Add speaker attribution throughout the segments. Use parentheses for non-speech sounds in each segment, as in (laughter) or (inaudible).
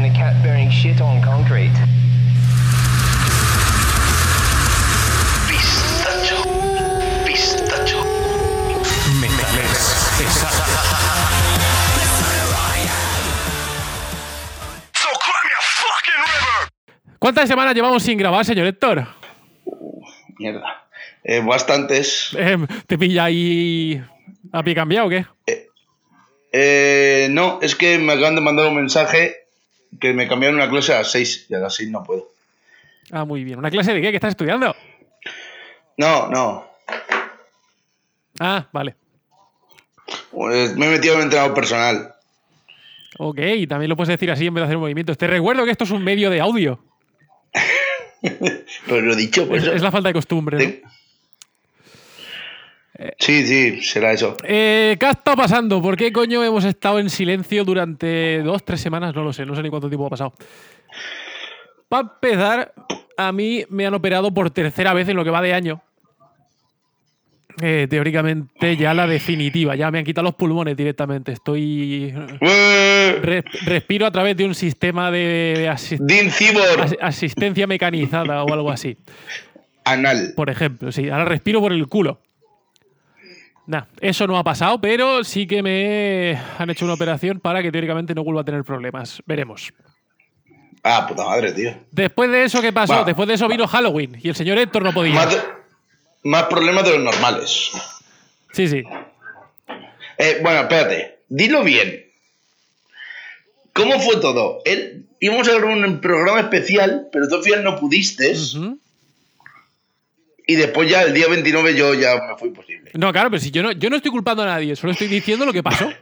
Speaker 1: make shit on concrete.
Speaker 2: Pistacho. Pistacho.
Speaker 3: Metaleros. Exacto.
Speaker 2: So cry me a fucking river.
Speaker 3: ¿Cuántas semanas llevamos sin grabar, señor Héctor?
Speaker 4: Mierda. Eh, bastantes.
Speaker 3: Em, ¿Te pilla ahí a pie cambiado o qué?
Speaker 4: Eh, no, es que me acaban de mandar un mensaje que me cambiaron una clase a las 6 y a las 6 no puedo.
Speaker 3: Ah, muy bien. ¿Una clase de qué? ¿Qué estás estudiando?
Speaker 4: No, no.
Speaker 3: Ah, vale.
Speaker 4: Pues me he metido en un entrenador personal.
Speaker 3: Ok, y también lo puedes decir así en vez de hacer movimientos. Te recuerdo que esto es un medio de audio.
Speaker 4: Pero lo dicho, pues.
Speaker 3: Es, es la falta de costumbre. ¿no?
Speaker 4: Sí. Sí, sí, será eso.
Speaker 3: Eh, ¿Qué ha estado pasando? ¿Por qué coño hemos estado en silencio durante dos, tres semanas? No lo sé, no sé ni cuánto tiempo ha pasado. Para empezar, a mí me han operado por tercera vez en lo que va de año. Eh, teóricamente ya la definitiva, ya me han quitado los pulmones directamente. Estoy...
Speaker 4: Eh,
Speaker 3: re- respiro a través de un sistema de asi-
Speaker 4: Dean
Speaker 3: as-
Speaker 4: Cibor,
Speaker 3: asistencia mecanizada o algo así.
Speaker 4: anal.
Speaker 3: Por ejemplo, sí, ahora respiro por el culo. Nah, eso no ha pasado, pero sí que me han hecho una operación para que teóricamente no vuelva a tener problemas. Veremos.
Speaker 4: Ah, puta madre, tío.
Speaker 3: Después de eso, ¿qué pasó?
Speaker 4: Va.
Speaker 3: Después de eso vino Halloween y el señor Héctor no podía.
Speaker 4: Más, de- más problemas de los normales.
Speaker 3: Sí, sí.
Speaker 4: Eh, bueno, espérate. Dilo bien. ¿Cómo fue todo? Él, íbamos a grabar un programa especial, pero tú al final no pudiste.
Speaker 3: Ujú.
Speaker 4: Y después ya el día 29 yo ya me fue imposible.
Speaker 3: No, claro, pero si yo no, yo no estoy culpando a nadie, solo estoy diciendo lo que pasó.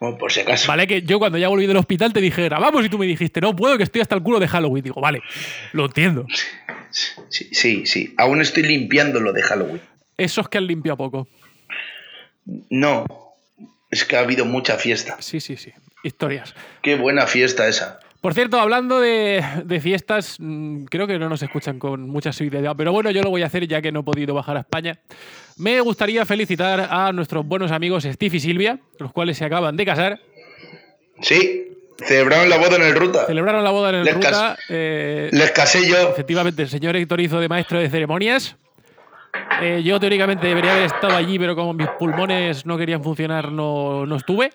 Speaker 4: Bueno, por si acaso.
Speaker 3: Vale, que yo cuando ya volví del hospital te dije, grabamos y tú me dijiste, no puedo, que estoy hasta el culo de Halloween. Digo, vale, lo entiendo.
Speaker 4: Sí, sí, sí. Aún estoy limpiando lo de Halloween.
Speaker 3: Esos que han limpiado poco.
Speaker 4: No. Es que ha habido mucha fiesta.
Speaker 3: Sí, sí, sí. Historias.
Speaker 4: Qué buena fiesta esa.
Speaker 3: Por cierto, hablando de, de fiestas, mm, creo que no nos escuchan con mucha seguridad, pero bueno, yo lo voy a hacer ya que no he podido bajar a España. Me gustaría felicitar a nuestros buenos amigos Steve y Silvia, los cuales se acaban de casar.
Speaker 4: Sí. Celebraron la boda en el ruta.
Speaker 3: Celebraron la boda en el
Speaker 4: Les
Speaker 3: Ruta.
Speaker 4: cas-
Speaker 3: eh,
Speaker 4: Les casé yo.
Speaker 3: efectivamente, el señor Héctor hizo de maestro de ceremonias. Eh, yo teóricamente debería haber estado allí, pero como mis pulmones no querían funcionar, no, no estuve.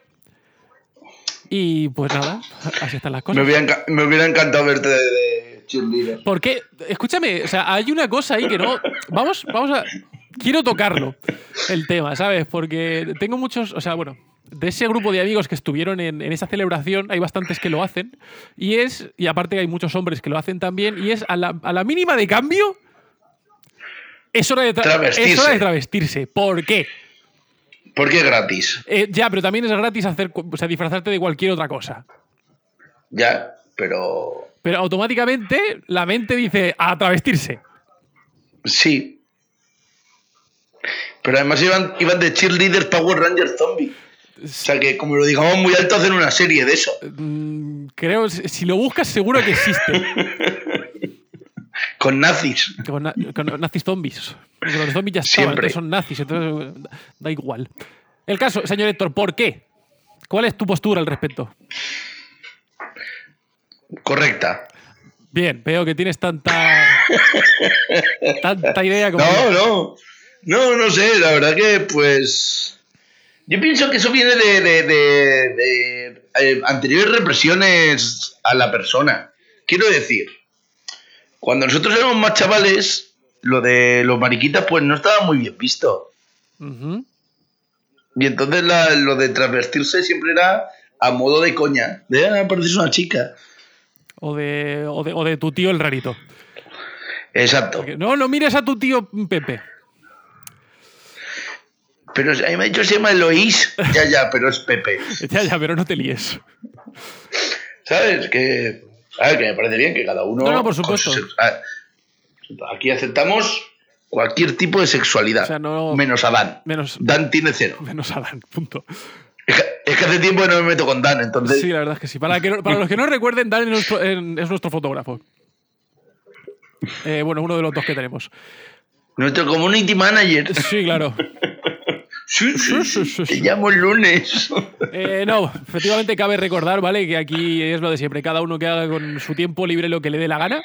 Speaker 3: Y pues nada, así están las cosas.
Speaker 4: Me hubiera, enca- me hubiera encantado verte de, de cheerleader.
Speaker 3: ¿Por qué? Escúchame, o sea, hay una cosa ahí que no. Vamos, vamos a. Quiero tocarlo, el tema, ¿sabes? Porque tengo muchos. O sea, bueno, de ese grupo de amigos que estuvieron en, en esa celebración, hay bastantes que lo hacen. Y es. Y aparte hay muchos hombres que lo hacen también. Y es a la, a la mínima de cambio. Es hora de, tra-
Speaker 4: Travestirse.
Speaker 3: es hora de travestirse. ¿Por qué?
Speaker 4: ¿Por qué gratis?
Speaker 3: Eh, ya, pero también es gratis hacer, cu- o sea, disfrazarte de cualquier otra cosa.
Speaker 4: Ya, pero.
Speaker 3: Pero automáticamente la mente dice a travestirse.
Speaker 4: Sí. Pero además iban, iban de cheerleader Power Rangers Zombie. O sea que, como lo digamos muy alto, hacen una serie de eso.
Speaker 3: Mm, Creo, si si lo buscas, seguro que existe.
Speaker 4: Con nazis.
Speaker 3: Con, na- con nazis zombies. Porque los zombies ya estaban,
Speaker 4: Siempre.
Speaker 3: entonces son nazis, entonces eh, da igual. El caso, señor Héctor, ¿por qué? ¿Cuál es tu postura al respecto?
Speaker 4: Correcta.
Speaker 3: Bien, veo que tienes
Speaker 4: (laughs)
Speaker 3: tanta. tanta idea como.
Speaker 4: No, no. No, no sé. La verdad que, pues. Yo pienso que eso viene de, de- de- de, eh, anteriores represiones a la persona. Quiero decir, cuando nosotros éramos más chavales, lo de los mariquitas, pues no estaba muy bien visto.
Speaker 3: Ujú.
Speaker 4: Y entonces la- lo de transvestirse siempre era a modo de coña. De, ah, pareces una chica.
Speaker 3: o, de, o, de, o de tu tío el rarito.
Speaker 4: Exacto.
Speaker 3: Porque, no, no mires a tu tío Pepe.
Speaker 4: Pero a mí me ha dicho que se llama Eloís. Ya, ya, pero es Pepe.
Speaker 3: Ya, ya, pero no te líes.
Speaker 4: ¿Sabes? Que, a ver, que me parece bien que cada uno.
Speaker 3: No, no, por supuesto.
Speaker 4: con su- a- Aquí aceptamos cualquier tipo de sexualidad.
Speaker 3: O sea, no-
Speaker 4: Menos a Dan.
Speaker 3: Menos,
Speaker 4: Dan tiene cero.
Speaker 3: menos Adán, punto.
Speaker 4: Es que, es que hace tiempo que no me meto con Dan, entonces.
Speaker 3: Sí, la verdad es que sí. Para, que no- para los que no recuerden, Dan es nuestro, en- es nuestro fotógrafo. Eh, bueno, uno de los dos que tenemos.
Speaker 4: Nuestro community manager.
Speaker 3: Sí, claro.
Speaker 4: Sí, sí, sí, (laughs) Te llamo el lunes.
Speaker 3: Eh, no, efectivamente cabe recordar, ¿vale? Que aquí es lo de siempre, cada uno que haga con su tiempo libre lo que le dé la gana.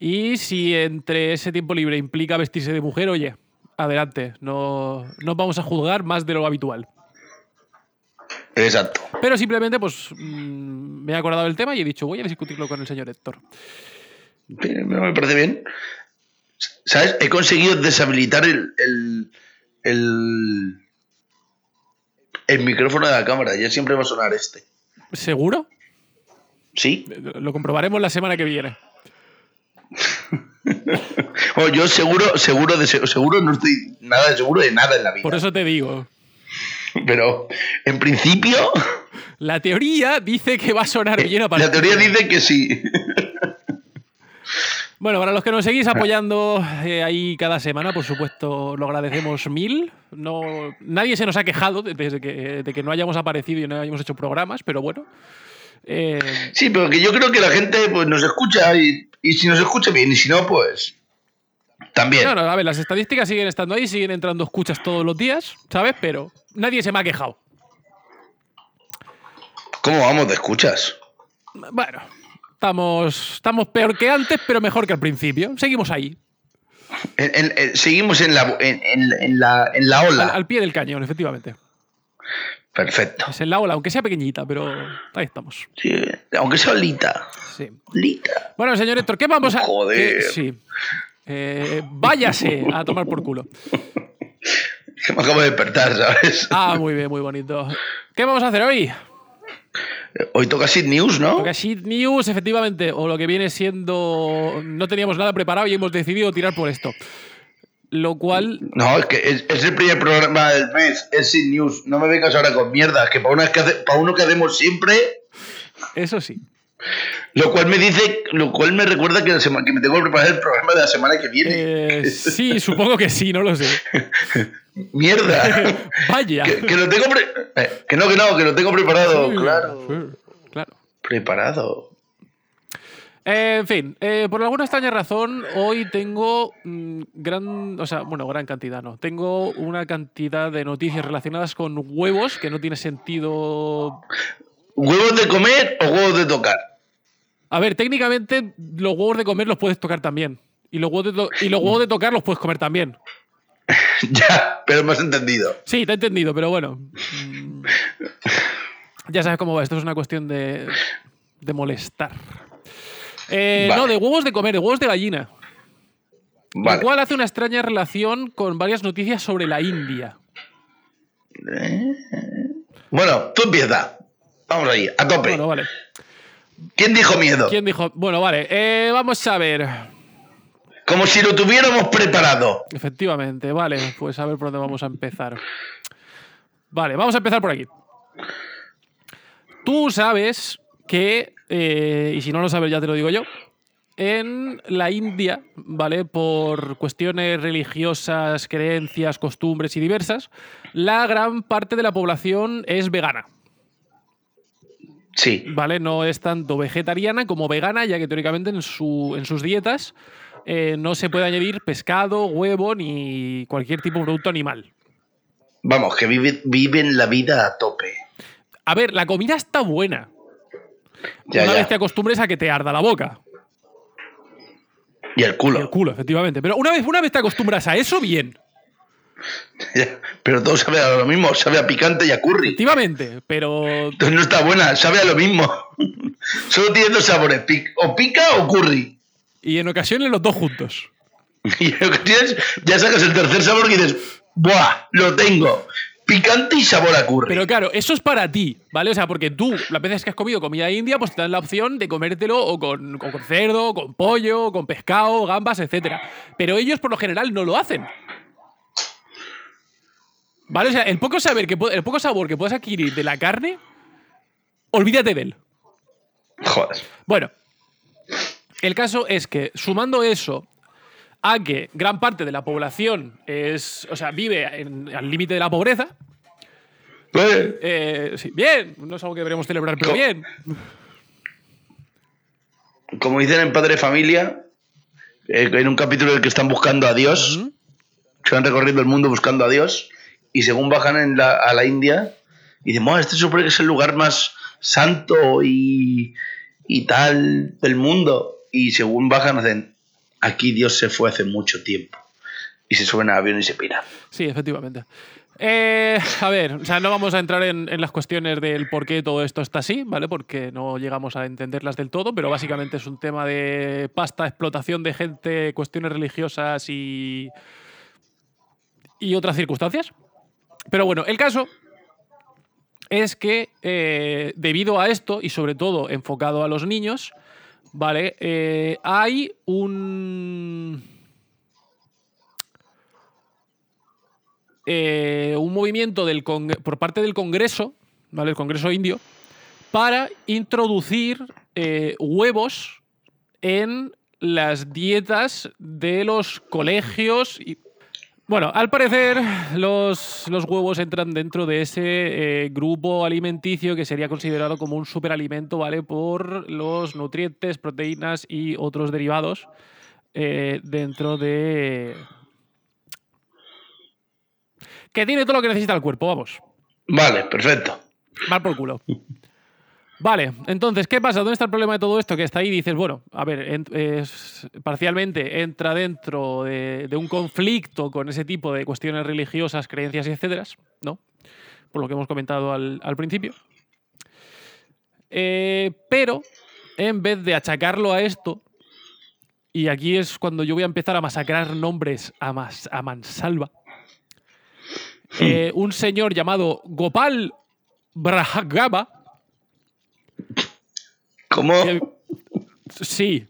Speaker 3: Y si entre ese tiempo libre implica vestirse de mujer, oye, adelante, no no vamos a juzgar más de lo habitual.
Speaker 4: Exacto.
Speaker 3: Pero simplemente, pues, mm, me he acordado del tema y he dicho, voy a discutirlo con el señor Héctor.
Speaker 4: No me parece bien. ¿Sabes? He conseguido deshabilitar el, el, el, el micrófono de la cámara. Ya siempre va a sonar este.
Speaker 3: ¿Seguro?
Speaker 4: ¿Sí?
Speaker 3: Lo comprobaremos la semana que viene.
Speaker 4: Bueno, yo seguro, seguro, de, se- seguro no estoy nada de seguro de nada en la vida.
Speaker 3: Por eso te digo,
Speaker 4: Pero en principio,
Speaker 3: la teoría dice que va a sonar bien a
Speaker 4: (laughs) la
Speaker 3: partir
Speaker 4: teoría dice que sí.
Speaker 3: Bueno, para los que nos seguís apoyando eh, ahí cada semana, por supuesto, lo agradecemos mil. No, nadie se nos ha quejado de- desde que, de que no hayamos aparecido y no hayamos hecho programas, pero bueno. Eh,
Speaker 4: Sí, pero que yo creo que la gente pues, nos escucha y, y si nos escucha bien y si no, pues también.
Speaker 3: no, no, a ver, las estadísticas siguen estando ahí, siguen entrando escuchas todos los días, ¿sabes? Pero nadie se me ha quejado.
Speaker 4: ¿Cómo vamos de escuchas?
Speaker 3: Bueno, estamos, estamos peor que antes, pero mejor que al principio. Seguimos ahí,
Speaker 4: En- en- en- seguimos en la, en, en- en la, en la ola.
Speaker 3: al, al pie del cañón, efectivamente.
Speaker 4: Perfecto.
Speaker 3: Es en la ola, aunque sea pequeñita, pero ahí estamos.
Speaker 4: Sí, aunque sea olita.
Speaker 3: Sí.
Speaker 4: Olita.
Speaker 3: Bueno, señor Héctor, ¿qué vamos a...?
Speaker 4: Joder.
Speaker 3: qué- sí. Eh, váyase a tomar por culo.
Speaker 4: Que me acabo de despertar, ¿sabes?
Speaker 3: Ah, muy bien, muy bonito. ¿Qué vamos a hacer hoy?
Speaker 4: Hoy toca Sid News, ¿no?
Speaker 3: Porque Shit News, efectivamente, o lo que viene siendo... No teníamos nada preparado y hemos decidido tirar por esto. Lo cual...
Speaker 4: No, es que es, es el primer programa del mes, es Sid News. No me vengas ahora con mierdas, que para, una que hace- para uno que hacemos siempre,
Speaker 3: Eso sí.
Speaker 4: lo cual me dice, lo cual me recuerda que, la sema- que me tengo que preparar el programa de la semana que viene.
Speaker 3: Eh, sí, supongo que sí, no lo sé. (laughs)
Speaker 4: Mierda.
Speaker 3: Vaya.
Speaker 4: que, que lo tengo pre- eh, que no, que no, que lo tengo preparado, claro.
Speaker 3: Sí, Claro.
Speaker 4: Preparado.
Speaker 3: Eh, en fin, eh, por alguna extraña razón, hoy tengo mm, gran. O sea, bueno, gran cantidad no. Tengo una cantidad de noticias relacionadas con huevos que no tiene sentido.
Speaker 4: ¿Huevos de comer o huevos de tocar? (laughs)
Speaker 3: A ver, técnicamente, los huevos de comer los puedes tocar también. Y los huevos de, to- y los huevos de tocar los puedes comer también.
Speaker 4: ya, pero me has entendido.
Speaker 3: Sí, te he entendido, pero bueno. mm, ya sabes cómo va. Esto es una cuestión de. de molestar. Eh,
Speaker 4: Vale.
Speaker 3: No, de huevos de comer, de huevos de gallina.
Speaker 4: Vale.
Speaker 3: Lo cual hace una extraña relación con varias noticias sobre la India.
Speaker 4: Bueno, tú empieza. Vamos ahí, a tope.
Speaker 3: Bueno, vale.
Speaker 4: ¿Quién dijo miedo?
Speaker 3: ¿Quién dijo? Bueno, vale. eh, vamos a ver.
Speaker 4: Como si lo tuviéramos preparado.
Speaker 3: Efectivamente, vale. Pues a ver por dónde vamos a empezar. Vale, vamos a empezar por aquí. Tú sabes que, eh, y si no lo sabes ya te lo digo yo, en la India, ¿vale? Por cuestiones religiosas, creencias, costumbres y diversas, la gran parte de la población es vegana.
Speaker 4: Sí.
Speaker 3: ¿vale? No es tanto vegetariana como vegana, ya que teóricamente en, su- en sus dietas eh, no se puede añadir pescado, huevo ni cualquier tipo de producto animal.
Speaker 4: Vamos, que vive- viven la vida a tope.
Speaker 3: A ver, la comida está buena.
Speaker 4: Ya,
Speaker 3: una
Speaker 4: ya.
Speaker 3: vez te acostumbres a que te arda la boca.
Speaker 4: Y el
Speaker 3: y
Speaker 4: culo.
Speaker 3: el culo, efectivamente. Pero una vez, una vez te acostumbras a eso, bien.
Speaker 4: (laughs) Pero todo sabe a lo mismo. Sabe a picante y a curry.
Speaker 3: Efectivamente. Pero
Speaker 4: Entonces no está buena. Sabe a lo mismo. (laughs) Solo tiene dos sabores. pic- o pica o curry. (laughs)
Speaker 3: Y en ocasiones los dos juntos.
Speaker 4: Y lo que tienes, ya sacas el tercer sabor y dices, ¡buah! Lo tengo. Picante y sabor a curry.
Speaker 3: Pero claro, eso es para ti, ¿vale? O sea, porque tú, las veces que has comido comida india, pues te dan la opción de comértelo o con, o con cerdo, o con pollo, o con pescado, gambas, etcétera. Pero ellos por lo general no lo hacen. ¿Vale? O sea, el poco, saber que, pu- el poco sabor que puedas adquirir de la carne, olvídate de él.
Speaker 4: Joder.
Speaker 3: Bueno, el caso es que sumando eso a que gran parte de la población es, o sea, vive en- al límite de la pobreza,
Speaker 4: Eh,
Speaker 3: eh, sí, bien, no es algo que deberíamos celebrar, pero
Speaker 4: Co-
Speaker 3: bien.
Speaker 4: Como dicen en Padre Familia, eh, en un capítulo en el que están buscando a Dios, se van recorriendo el mundo buscando a Dios, y según bajan en la- a la India, dicen, bueno, este supone que es el lugar más santo y, y tal del mundo. Y según bajan, hacen, aquí Dios se fue hace mucho tiempo. Y se suben al avión y se piran.
Speaker 3: Sí, efectivamente. Eh, a ver, o sea, no vamos a entrar en, en las cuestiones del por qué todo esto está así, ¿vale? Porque no llegamos a entenderlas del todo, pero básicamente es un tema de pasta, explotación de gente, cuestiones religiosas y. y otras circunstancias. Pero bueno, el caso es que eh, debido a esto, y sobre todo enfocado a los niños, ¿vale? Eh, hay un. eh, un movimiento del Cong- por parte del Congreso, ¿vale? El Congreso Indio, para introducir eh, huevos en las dietas de los colegios. y- bueno, al parecer los, los huevos entran dentro de ese eh, grupo alimenticio que sería considerado como un superalimento, ¿vale? Por los nutrientes, proteínas y otros derivados eh, dentro de... Que tiene todo lo que necesita el cuerpo, vamos.
Speaker 4: Vale, perfecto.
Speaker 3: Mal por culo. Vale, entonces, ¿qué pasa? ¿Dónde está el problema de todo esto? Que está ahí dices, bueno, a ver, en- es- parcialmente entra dentro de, de un conflicto con ese tipo de cuestiones religiosas, creencias, etcétera, ¿no? Por lo que hemos comentado al, al principio. Eh, pero, en vez de achacarlo a esto, y aquí es cuando yo voy a empezar a masacrar nombres a, mas- a mansalva, eh, un señor llamado Gopal Brahagaba,
Speaker 4: ¿Cómo? (laughs)
Speaker 3: que- Sí.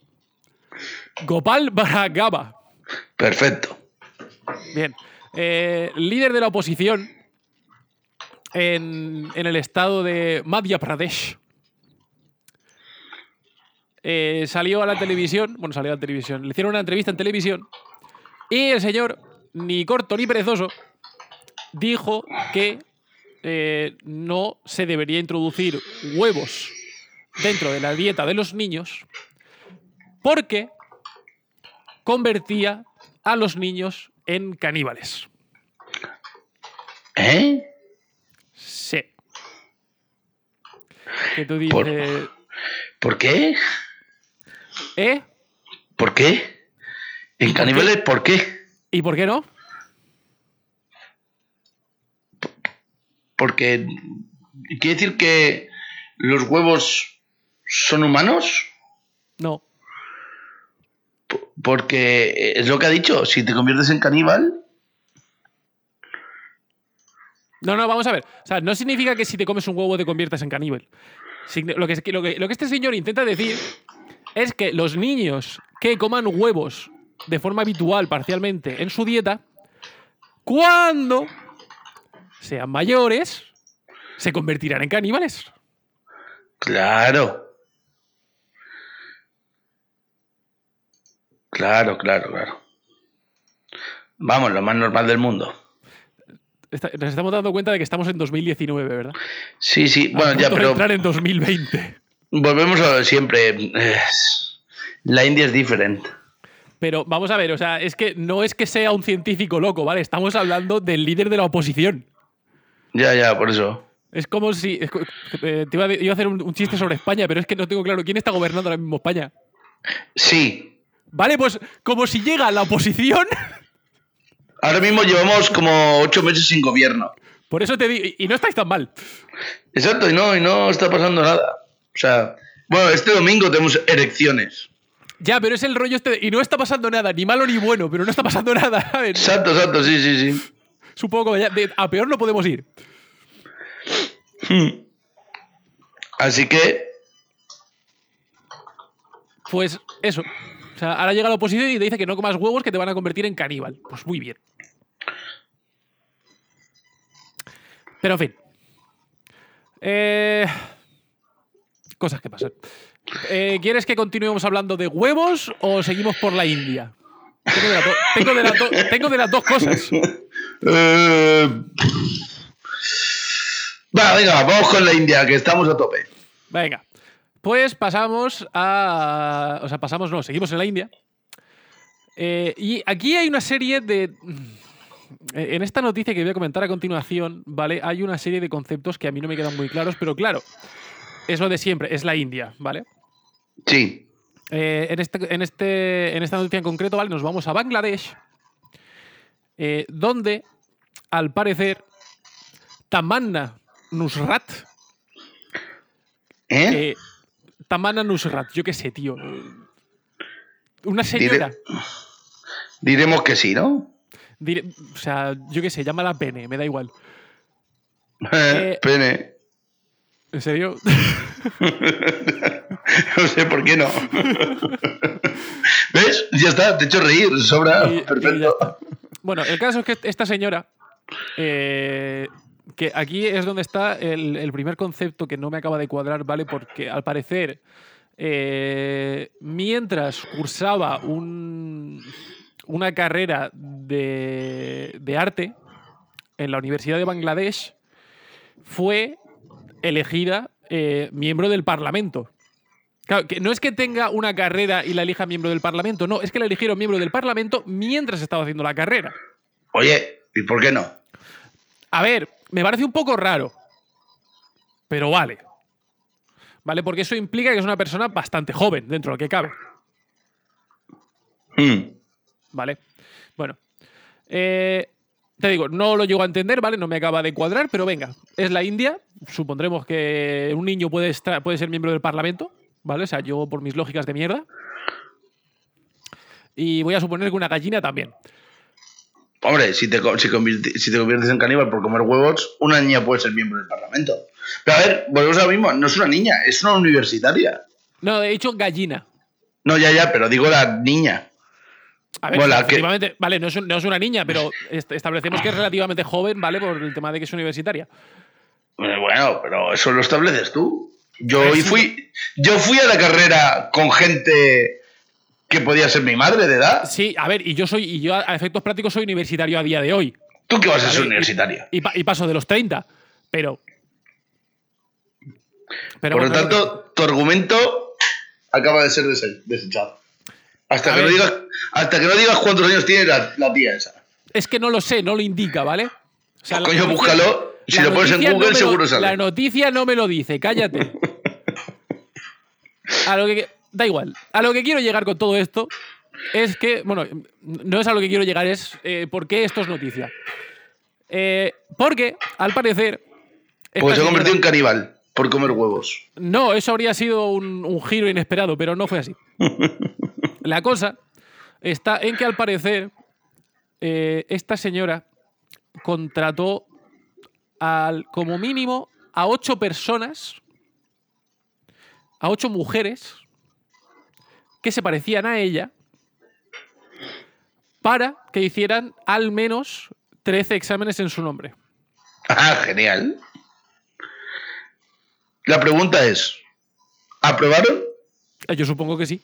Speaker 3: Gopal Bhargava.
Speaker 4: Perfecto.
Speaker 3: Bien. Eh, líder de la oposición en, en el estado de Madhya Pradesh. Eh, salió a la televisión. Bueno, salió a la televisión. Le hicieron una entrevista en televisión. Y el señor, ni corto ni perezoso, dijo que eh, no se debería introducir huevos dentro de la dieta de los niños porque convertía a los niños en caníbales.
Speaker 4: ¿Eh?
Speaker 3: Sí. Que tú
Speaker 4: Por-
Speaker 3: dices,
Speaker 4: ¿Por qué?
Speaker 3: ¿eh?
Speaker 4: ¿Por qué? ¿En
Speaker 3: por qué?
Speaker 4: caníbales por qué?
Speaker 3: ¿Y por qué no?
Speaker 4: Porque quiere decir que los huevos son humanos,
Speaker 3: No.
Speaker 4: porque es lo que ha dicho, si te conviertes en caníbal,
Speaker 3: No, no, vamos a ver. O sea, no significa que si te comes un huevo te conviertas en caníbal. Signi- Lo que, lo que- lo que este señor intenta decir es que los niños que coman huevos de forma habitual, parcialmente, en su dieta, cuando sean mayores, se convertirán en caníbales.
Speaker 4: claro. Claro, claro, claro. Vamos, lo más normal del mundo.
Speaker 3: Está- nos estamos dando cuenta de que estamos en 2019, ¿verdad?
Speaker 4: Sí, sí,
Speaker 3: A
Speaker 4: bueno, ya,
Speaker 3: punto de
Speaker 4: pero
Speaker 3: entrar en 2020.
Speaker 4: volvemos a lo de siempre. Es- La India es diferente.
Speaker 3: Pero vamos a ver, o sea, es que no es que sea un científico loco, ¿vale? Estamos hablando del líder de la oposición.
Speaker 4: Ya, ya, por eso.
Speaker 3: Es como si. es co- eh, te iba, a, de- iba a hacer un, un chiste sobre España, pero es que no tengo claro quién está gobernando ahora mismo España.
Speaker 4: Sí,
Speaker 3: Vale, pues como si llega la oposición. (laughs)
Speaker 4: Ahora mismo llevamos como ocho meses sin gobierno.
Speaker 3: Por eso te digo. Y, y no estáis tan mal.
Speaker 4: Exacto, y no, y no está pasando nada. O sea, bueno, este domingo tenemos elecciones.
Speaker 3: Ya, pero es el rollo este. de- y no está pasando nada, ni malo ni bueno, pero no está pasando nada, (laughs) ¿sabes?
Speaker 4: Exacto, exacto, sí, sí, sí.
Speaker 3: Supongo que ya- de- a peor no podemos ir.
Speaker 4: Así que,
Speaker 3: Pues eso. O sea, ahora llega la oposición y te dice que no comas huevos que te van a convertir en caníbal. Pues muy bien. Pero en fin. Eh, Cosas que pasan. Eh, ¿Quieres que continuemos hablando de huevos o seguimos por la India? Tengo de, las do- tengo de las do- tengo de las dos cosas.
Speaker 4: eh, va, venga, vamos con la India, que estamos a tope.
Speaker 3: Venga. Pues pasamos a. O sea, pasamos, no, seguimos en la India. Eh, y aquí hay una serie de. en esta noticia que voy a comentar a continuación, ¿vale? Hay una serie de conceptos que a mí no me quedan muy claros, pero claro, es lo de siempre, es la India, ¿vale?
Speaker 4: Sí.
Speaker 3: Eh, en, este, en, este, en esta noticia en concreto, ¿vale? Nos vamos a Bangladesh, eh, donde, al parecer, Tamanna Nusrat,
Speaker 4: ¿Eh?
Speaker 3: eh, Tamanna Nusrat, yo qué sé, tío. Una señora.
Speaker 4: Diremos que sí, ¿no? (laughs)
Speaker 3: dire- o sea, yo qué sé, llámala Pene, me da igual. Eh.
Speaker 4: Pene.
Speaker 3: ¿En serio?
Speaker 4: No sé
Speaker 3: (laughs)
Speaker 4: por qué no. ¿Ves? Ya está, te he hecho reír, sobra.
Speaker 3: Y- y ya
Speaker 4: Perfecto.
Speaker 3: está. Bueno, el caso es que esta señora, eh, que aquí es donde está el, el primer concepto que no me acaba de cuadrar, ¿vale? Porque al parecer, eh, mientras cursaba un- una carrera de, de arte en la Universidad de Bangladesh, fue elegida eh, miembro del Parlamento. Claro, que no es que tenga una carrera y la elija miembro del Parlamento, no, es que la eligieron miembro del Parlamento mientras estaba haciendo la carrera.
Speaker 4: Oye, ¿y por qué no?
Speaker 3: A ver, me parece un poco raro, pero vale. ¿Vale? Porque eso implica que es una persona bastante joven dentro de lo que cabe.
Speaker 4: Mm.
Speaker 3: ¿Vale? Bueno. eh, te digo, no lo llego a entender, ¿vale? No me acaba de cuadrar, pero venga, es la India. Supondremos que un niño puede, estar- puede ser miembro del Parlamento, ¿vale? O sea, yo por mis lógicas de mierda. Y voy a suponer que una gallina también.
Speaker 4: Hombre, si te, co- si, convirti- si te conviertes en caníbal por comer huevos, una niña puede ser miembro del Parlamento. Pero a ver, volvemos a lo mismo, no es una niña, es una universitaria.
Speaker 3: No, he dicho gallina.
Speaker 4: No, ya, ya, pero digo la niña.
Speaker 3: A ver,
Speaker 4: Bueno,
Speaker 3: sí,
Speaker 4: que-
Speaker 3: efectivamente, vale, no es, un- no es una niña, pero est- establecemos que es relativamente joven, ¿vale? Por el tema de que es universitaria.
Speaker 4: Eh, Bueno, pero eso lo estableces tú. Yo
Speaker 3: Pues
Speaker 4: hoy
Speaker 3: sí.
Speaker 4: fui, yo fui a la carrera con gente que podía ser mi madre de edad.
Speaker 3: Sí, a ver, y yo soy, y yo a a efectos prácticos soy universitario a día de hoy.
Speaker 4: ¿Tú qué vas a ser
Speaker 3: Vale, y-
Speaker 4: universitaria?
Speaker 3: Y, pa- y paso de los 30, pero. pero
Speaker 4: Por lo
Speaker 3: bueno,
Speaker 4: tanto, tu argumento acaba de ser dese- desechado. Hasta
Speaker 3: A
Speaker 4: que, no
Speaker 3: ver.
Speaker 4: digas, hasta que no digas cuántos años tiene la, la tía esa.
Speaker 3: Es que no lo sé, no lo indica, ¿vale? O sea, la
Speaker 4: Coño,
Speaker 3: noticia-
Speaker 4: búscalo. Si
Speaker 3: la
Speaker 4: lo pones en
Speaker 3: noticia no
Speaker 4: Google,
Speaker 3: me lo-
Speaker 4: seguro sale.
Speaker 3: La noticia no me lo dice,
Speaker 4: (laughs)
Speaker 3: cállate. A lo que. Da igual. A lo que quiero llegar con todo esto es que. Bueno, no es a lo que quiero llegar, es eh, por qué esto es noticia. Eh, porque, al parecer.
Speaker 4: Porque
Speaker 3: esta
Speaker 4: se ha convertido en
Speaker 3: señora-
Speaker 4: caníbal por comer huevos. (laughs)
Speaker 3: No, eso habría sido un, un giro inesperado, pero no fue así. La cosa está en que al parecer eh, esta señora contrató al, como mínimo a ocho personas, a ocho mujeres que se parecían a ella para que hicieran al menos 13 exámenes en su nombre.
Speaker 4: Ah, genial. La pregunta es, ¿aprobaron?
Speaker 3: Eh, Yo supongo que sí.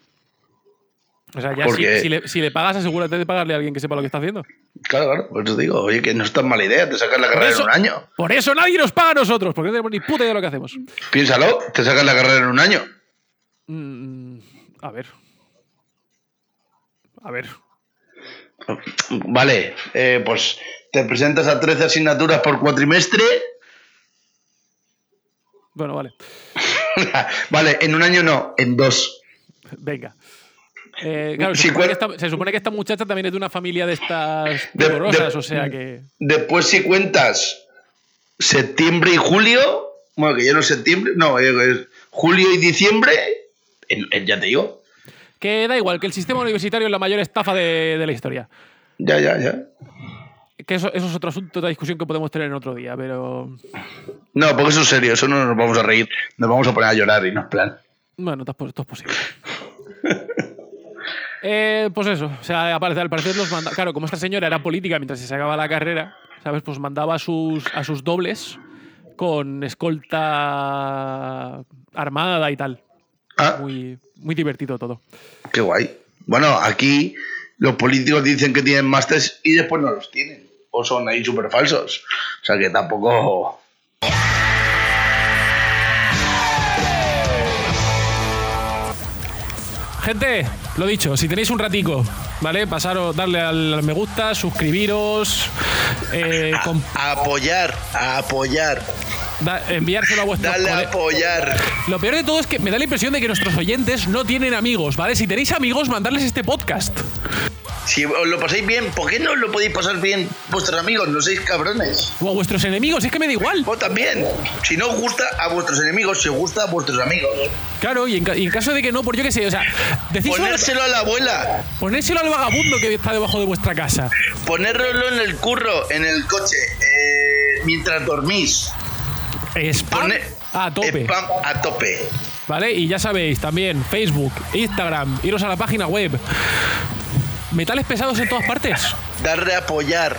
Speaker 3: O sea, ya
Speaker 4: ¿Por
Speaker 3: si,
Speaker 4: qué?
Speaker 3: si le, si le pagas, asegúrate de pagarle a alguien que sepa lo que está haciendo.
Speaker 4: Claro, claro, por eso digo, oye, que no es tan mala idea, te sacas la carrera
Speaker 3: eso-
Speaker 4: en un año.
Speaker 3: Por eso nadie nos paga a nosotros, porque no tenemos ni puta idea de lo que hacemos.
Speaker 4: Piénsalo, te sacas la carrera en un año.
Speaker 3: Mm, a ver. A ver.
Speaker 4: Vale, eh, pues te presentas a 13 asignaturas por cuatrimestre. (laughs)
Speaker 3: Bueno, vale.
Speaker 4: vale, en un año no, en dos.
Speaker 3: Venga. Eh, claro, se,
Speaker 4: Sí,
Speaker 3: supone
Speaker 4: cuál-
Speaker 3: que esta, se supone que esta muchacha también es de una familia de estas
Speaker 4: De-
Speaker 3: dolorosas,
Speaker 4: de-
Speaker 3: o sea que.
Speaker 4: Después si cuentas septiembre y julio, bueno, que ya no es septiembre, no, eh, es julio y diciembre, en- en- ya te digo,
Speaker 3: Que da igual, que el sistema universitario es la mayor estafa de, de la historia.
Speaker 4: ya, ya, ya.
Speaker 3: Que eso, eso es otro asunto, otra discusión que podemos tener en otro día, pero.
Speaker 4: No, porque eso es serio, eso no nos vamos a reír, nos vamos a poner a llorar y no es plan.
Speaker 3: Bueno, tampoco esto es posible. Eh, pues eso, o sea, al parecer, al parecer los manda- Claro, como esta señora era política mientras se sacaba la carrera, ¿sabes? Pues mandaba a sus, a sus dobles con escolta armada y tal.
Speaker 4: Ah,
Speaker 3: Muy, muy divertido todo.
Speaker 4: qué guay. Bueno, aquí los políticos dicen que tienen másters y después no los tienen. O son ahí súper falsos. O sea que tampoco...
Speaker 3: gente, lo dicho, si tenéis un ratico, ¿vale? Pasaros, darle al me gusta, suscribiros, eh, com-
Speaker 4: A apoyar, a apoyar,
Speaker 3: da- enviárselo a vuestros
Speaker 4: dale a
Speaker 3: cole-
Speaker 4: apoyar.
Speaker 3: Lo peor de todo es que me da la impresión de que nuestros oyentes no tienen amigos, ¿vale? Si tenéis amigos, mandarles este podcast.
Speaker 4: Si os lo pasáis bien, ¿por qué no os lo podéis pasar bien vuestros amigos? No seis cabrones.
Speaker 3: O a vuestros enemigos, es que me da igual.
Speaker 4: Vos también. Si no os gusta a vuestros enemigos, si os gusta a vuestros amigos.
Speaker 3: Claro, y en, ca- y en caso de que no, pues yo qué sé, o sea, decís
Speaker 4: Ponérselo a la abuela.
Speaker 3: ponérselo al vagabundo que está debajo de vuestra casa.
Speaker 4: Ponéroslo en el curro, en el coche, eh, mientras dormís.
Speaker 3: Spam
Speaker 4: Pone-
Speaker 3: Ah, a tope.
Speaker 4: Spam a tope.
Speaker 3: ¿Vale? Y ya sabéis, también Facebook, Instagram, iros a la página web. Metales pesados en todas partes.
Speaker 4: Darle a apoyar.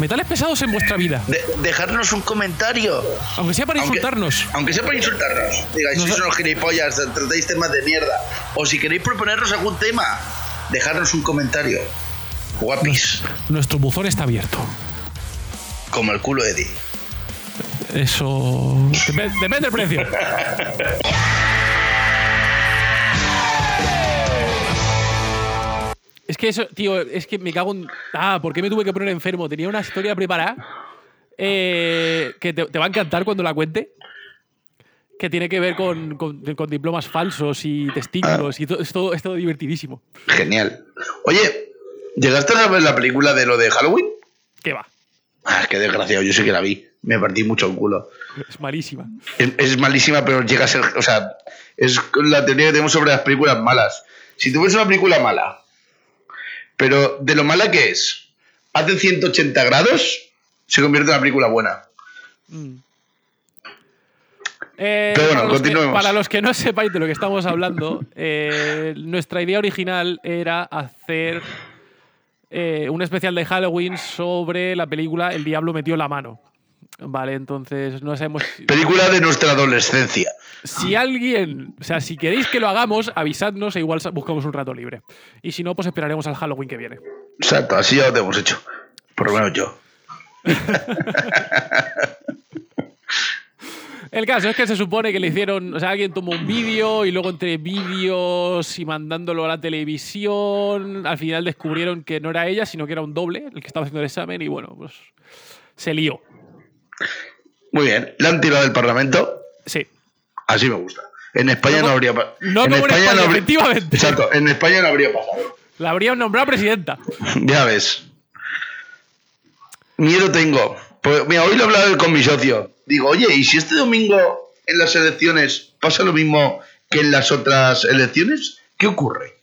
Speaker 3: Metales pesados en vuestra vida.
Speaker 4: De- dejarnos un comentario.
Speaker 3: Aunque sea para insultarnos.
Speaker 4: Aunque sea para insultarnos. Digáis, sois unos gilipollas, tratáis temas de mierda. O si queréis proponernos algún tema, dejarnos un comentario. Guapis,
Speaker 3: Nuestro buzón está abierto.
Speaker 4: como el culo de Eddie.
Speaker 3: Eso. Dep- Depende del precio. Es que eso, tío, es que me cago en. Ah, ¿por qué me tuve que poner enfermo? Tenía una historia preparada eh, que te, te va a encantar cuando la cuente. Que tiene que ver con, con- con diplomas falsos y testículos y todo. Es todo, es todo divertidísimo.
Speaker 4: Genial. Oye, ¿llegaste a ver la película de lo de Halloween?
Speaker 3: ¿Qué va?
Speaker 4: Ah, qué desgraciado, yo sí que la vi. Me partí mucho el culo.
Speaker 3: Es malísima.
Speaker 4: Es, es malísima, pero llega a ser. O sea, es la teoría que tenemos sobre las películas malas. Si tú ves una película mala, pero de lo mala que es, hace 180 grados, se convierte en una película buena.
Speaker 3: Eh,
Speaker 4: Pero bueno,
Speaker 3: para, los que,
Speaker 4: continuemos.
Speaker 3: para los que no sepáis de lo que estamos hablando, eh, nuestra idea original era hacer eh, un especial de Halloween sobre la película El Diablo metió la mano. Vale, entonces no sabemos. si-
Speaker 4: Película de nuestra adolescencia.
Speaker 3: Si alguien, o sea, si queréis que lo hagamos, avisadnos e igual sa- buscamos un rato libre. Y si no, pues esperaremos al Halloween que viene.
Speaker 4: Exacto, así ya lo hemos hecho. Por lo menos yo.
Speaker 3: El caso es que se supone que le hicieron, o sea, alguien tomó un vídeo y luego entre vídeos y mandándolo a la televisión, al final descubrieron que no era ella, sino que era un doble el que estaba haciendo el examen y bueno, pues se lió.
Speaker 4: Muy bien, la han tirado del Parlamento,
Speaker 3: Sí.
Speaker 4: así me gusta. En España no,
Speaker 3: No co-
Speaker 4: habría pasado.
Speaker 3: no como en España, efectivamente.
Speaker 4: Exacto, en España no habría pasado.
Speaker 3: La habrían nombrado presidenta.
Speaker 4: Ya ves. Miedo tengo. Pues, mira, hoy lo he hablado con mi socio. Digo, oye, ¿y si este domingo en las elecciones pasa lo mismo que en las otras elecciones? ¿Qué ocurre?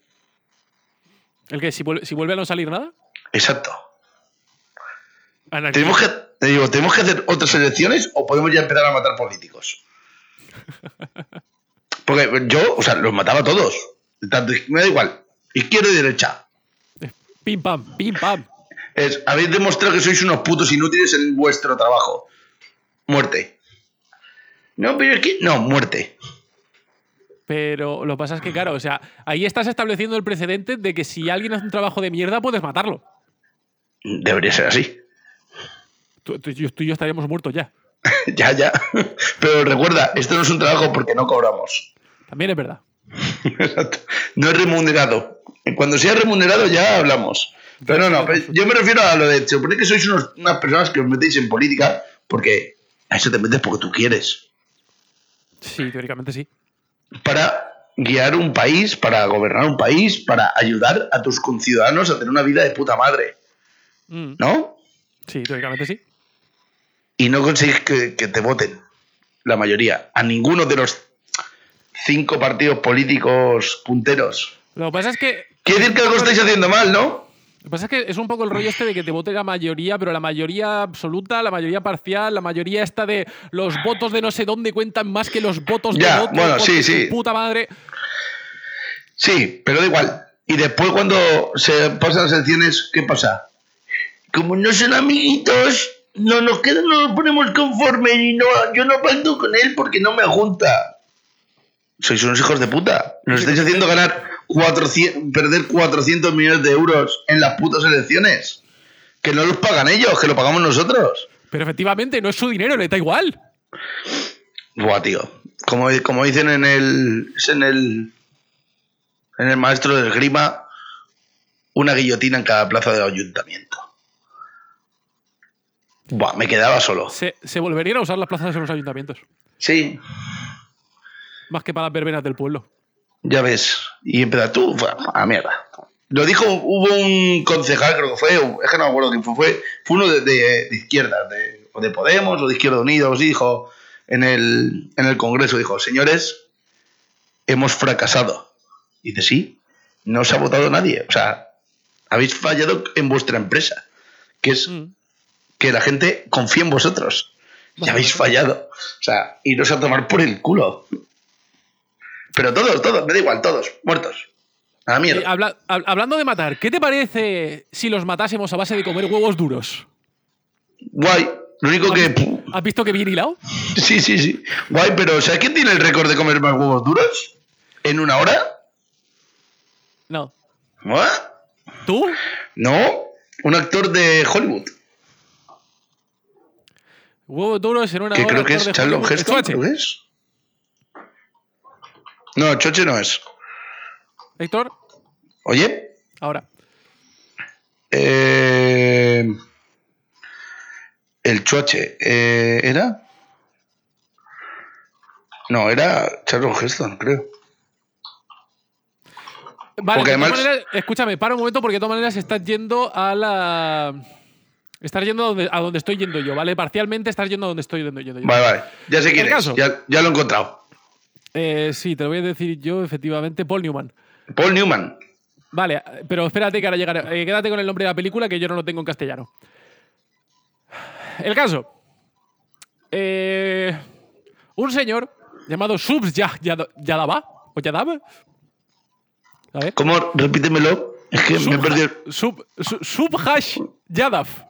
Speaker 3: El que si vuelve, si vuelve a no salir nada.
Speaker 4: Exacto.
Speaker 3: anarquía.
Speaker 4: ¿Tenemos que, te digo, ¿Tenemos que hacer otras elecciones o podemos ya empezar a matar políticos? Porque yo, o sea, los mataba a todos. Tanto- me da igual. Izquierda y derecha.
Speaker 3: Pim pam, pim pam.
Speaker 4: Es, habéis demostrado que sois unos putos inútiles en vuestro trabajo. Muerte. No, pero es que. No, muerte.
Speaker 3: Pero lo que pasa es que, claro, o sea, ahí estás estableciendo el precedente de que si alguien hace un trabajo de mierda, puedes matarlo.
Speaker 4: Debería ser así. (laughs)
Speaker 3: Tú, tú- yo- tú y yo estaríamos muertos ya.
Speaker 4: ya, ya. (laughs) Pero recuerda, esto no es un trabajo porque no cobramos. (laughs)
Speaker 3: También es verdad.
Speaker 4: Exacto. No es remunerado. Cuando sea remunerado ya hablamos. Pero no, no, pues yo me refiero a lo de. Se supone que sois unos- unas personas que os metéis en política porque a eso te metes porque tú quieres.
Speaker 3: Sí, teóricamente sí.
Speaker 4: para guiar un país, para gobernar un país, para ayudar a tus conciudadanos a tener una vida de puta madre,
Speaker 3: Mm,
Speaker 4: ¿no?
Speaker 3: Sí, teóricamente sí.
Speaker 4: Y no conseguís que, que te voten, la mayoría, a ninguno de los cinco partidos políticos punteros.
Speaker 3: Lo que pasa es que
Speaker 4: Quiere decir que algo estáis haciendo mal, ¿no?
Speaker 3: lo que pasa es que es un poco el rollo este de que te vote la mayoría, pero la mayoría absoluta, la mayoría parcial, la mayoría esta de los votos de no sé dónde cuentan más que los votos de
Speaker 4: Ya,
Speaker 3: otro,
Speaker 4: bueno,
Speaker 3: porque
Speaker 4: sí,
Speaker 3: su
Speaker 4: sí.
Speaker 3: puta madre.
Speaker 4: Sí, pero da igual. Y después cuando se pasan las elecciones, ¿qué pasa? Como no son amiguitos, no nos quedan, no nos ponemos conforme y no, yo no pacto con él porque no me junta. Sois unos hijos de puta. Nos estáis haciendo ganar 400, perder 400 millones de euros en las putas elecciones. Que no los pagan ellos, que lo pagamos nosotros.
Speaker 3: Pero efectivamente no es su dinero, le da igual.
Speaker 4: Buah, tío. Como, como dicen en el, es en el en el maestro del grima una guillotina en cada plaza del ayuntamiento. Buah, me quedaba solo.
Speaker 3: Se, se volverían a usar las plazas en los ayuntamientos.
Speaker 4: Sí,
Speaker 3: Más que para las verbenas del pueblo.
Speaker 4: ya ves. Y empieza tú, fua, a mierda. Lo dijo, hubo un concejal, creo que fue, es que no me acuerdo quién fue, fue, fue uno de, de- de izquierda, de, o de Podemos, o de Izquierda Unida, os dijo en el, en el Congreso, dijo, señores, hemos fracasado. Dice, sí, no os ha votado nadie. O sea, habéis fallado en vuestra empresa, que es
Speaker 3: Mm.
Speaker 4: que la gente confía en vosotros. Ya habéis fallado. O sea, iros a tomar por el culo. Pero todos, todos, me da igual, todos, muertos. A la
Speaker 3: Eh,
Speaker 4: mierda.
Speaker 3: habla- hab- hablando de matar, ¿qué te parece si los matásemos a base de comer huevos duros?
Speaker 4: Guay. Lo único que. pu-
Speaker 3: ¿Has visto que bien hilado?
Speaker 4: Sí, sí, sí. Guay, pero ¿sabes quién tiene el récord de comer más huevos duros? ¿En una hora?
Speaker 3: No.
Speaker 4: ¿Ah?
Speaker 3: ¿Tú?
Speaker 4: No. Un actor de Hollywood.
Speaker 3: Huevos duros en una
Speaker 4: Que
Speaker 3: hora,
Speaker 4: creo que es
Speaker 3: tarde,
Speaker 4: Charlton
Speaker 3: joder,
Speaker 4: Heston.
Speaker 3: Choache.
Speaker 4: creo que es. No, Choche no es. ¿Eh?
Speaker 3: Héctor,
Speaker 4: Oye.
Speaker 3: ahora.
Speaker 4: Eh, el Choche eh, era. No, era Charlton Heston, creo.
Speaker 3: Vale,
Speaker 4: Porque
Speaker 3: de todas
Speaker 4: además-
Speaker 3: maneras, escúchame, para un momento porque de todas maneras estás yendo a la... Estás yendo a donde, a donde estoy yendo yo, ¿vale? Parcialmente estás yendo a donde estoy yendo yo.
Speaker 4: Vale, vale. Ya sé quién
Speaker 3: El
Speaker 4: es.
Speaker 3: caso.
Speaker 4: Ya, ya lo he encontrado.
Speaker 3: Eh, sí, te lo voy a decir yo, efectivamente, Paul Newman.
Speaker 4: Paul Newman.
Speaker 3: Vale, pero espérate que ahora llegará. eh, quédate con el nombre de la película que yo no lo tengo en castellano. El caso. Eh, un señor llamado Subs Ya- Yad- Yadaba. ¿O Yadab? A ver.
Speaker 4: ¿Cómo? Repítemelo. Es que me he perdido.
Speaker 3: Sub, Sub- Subhash Yadaf.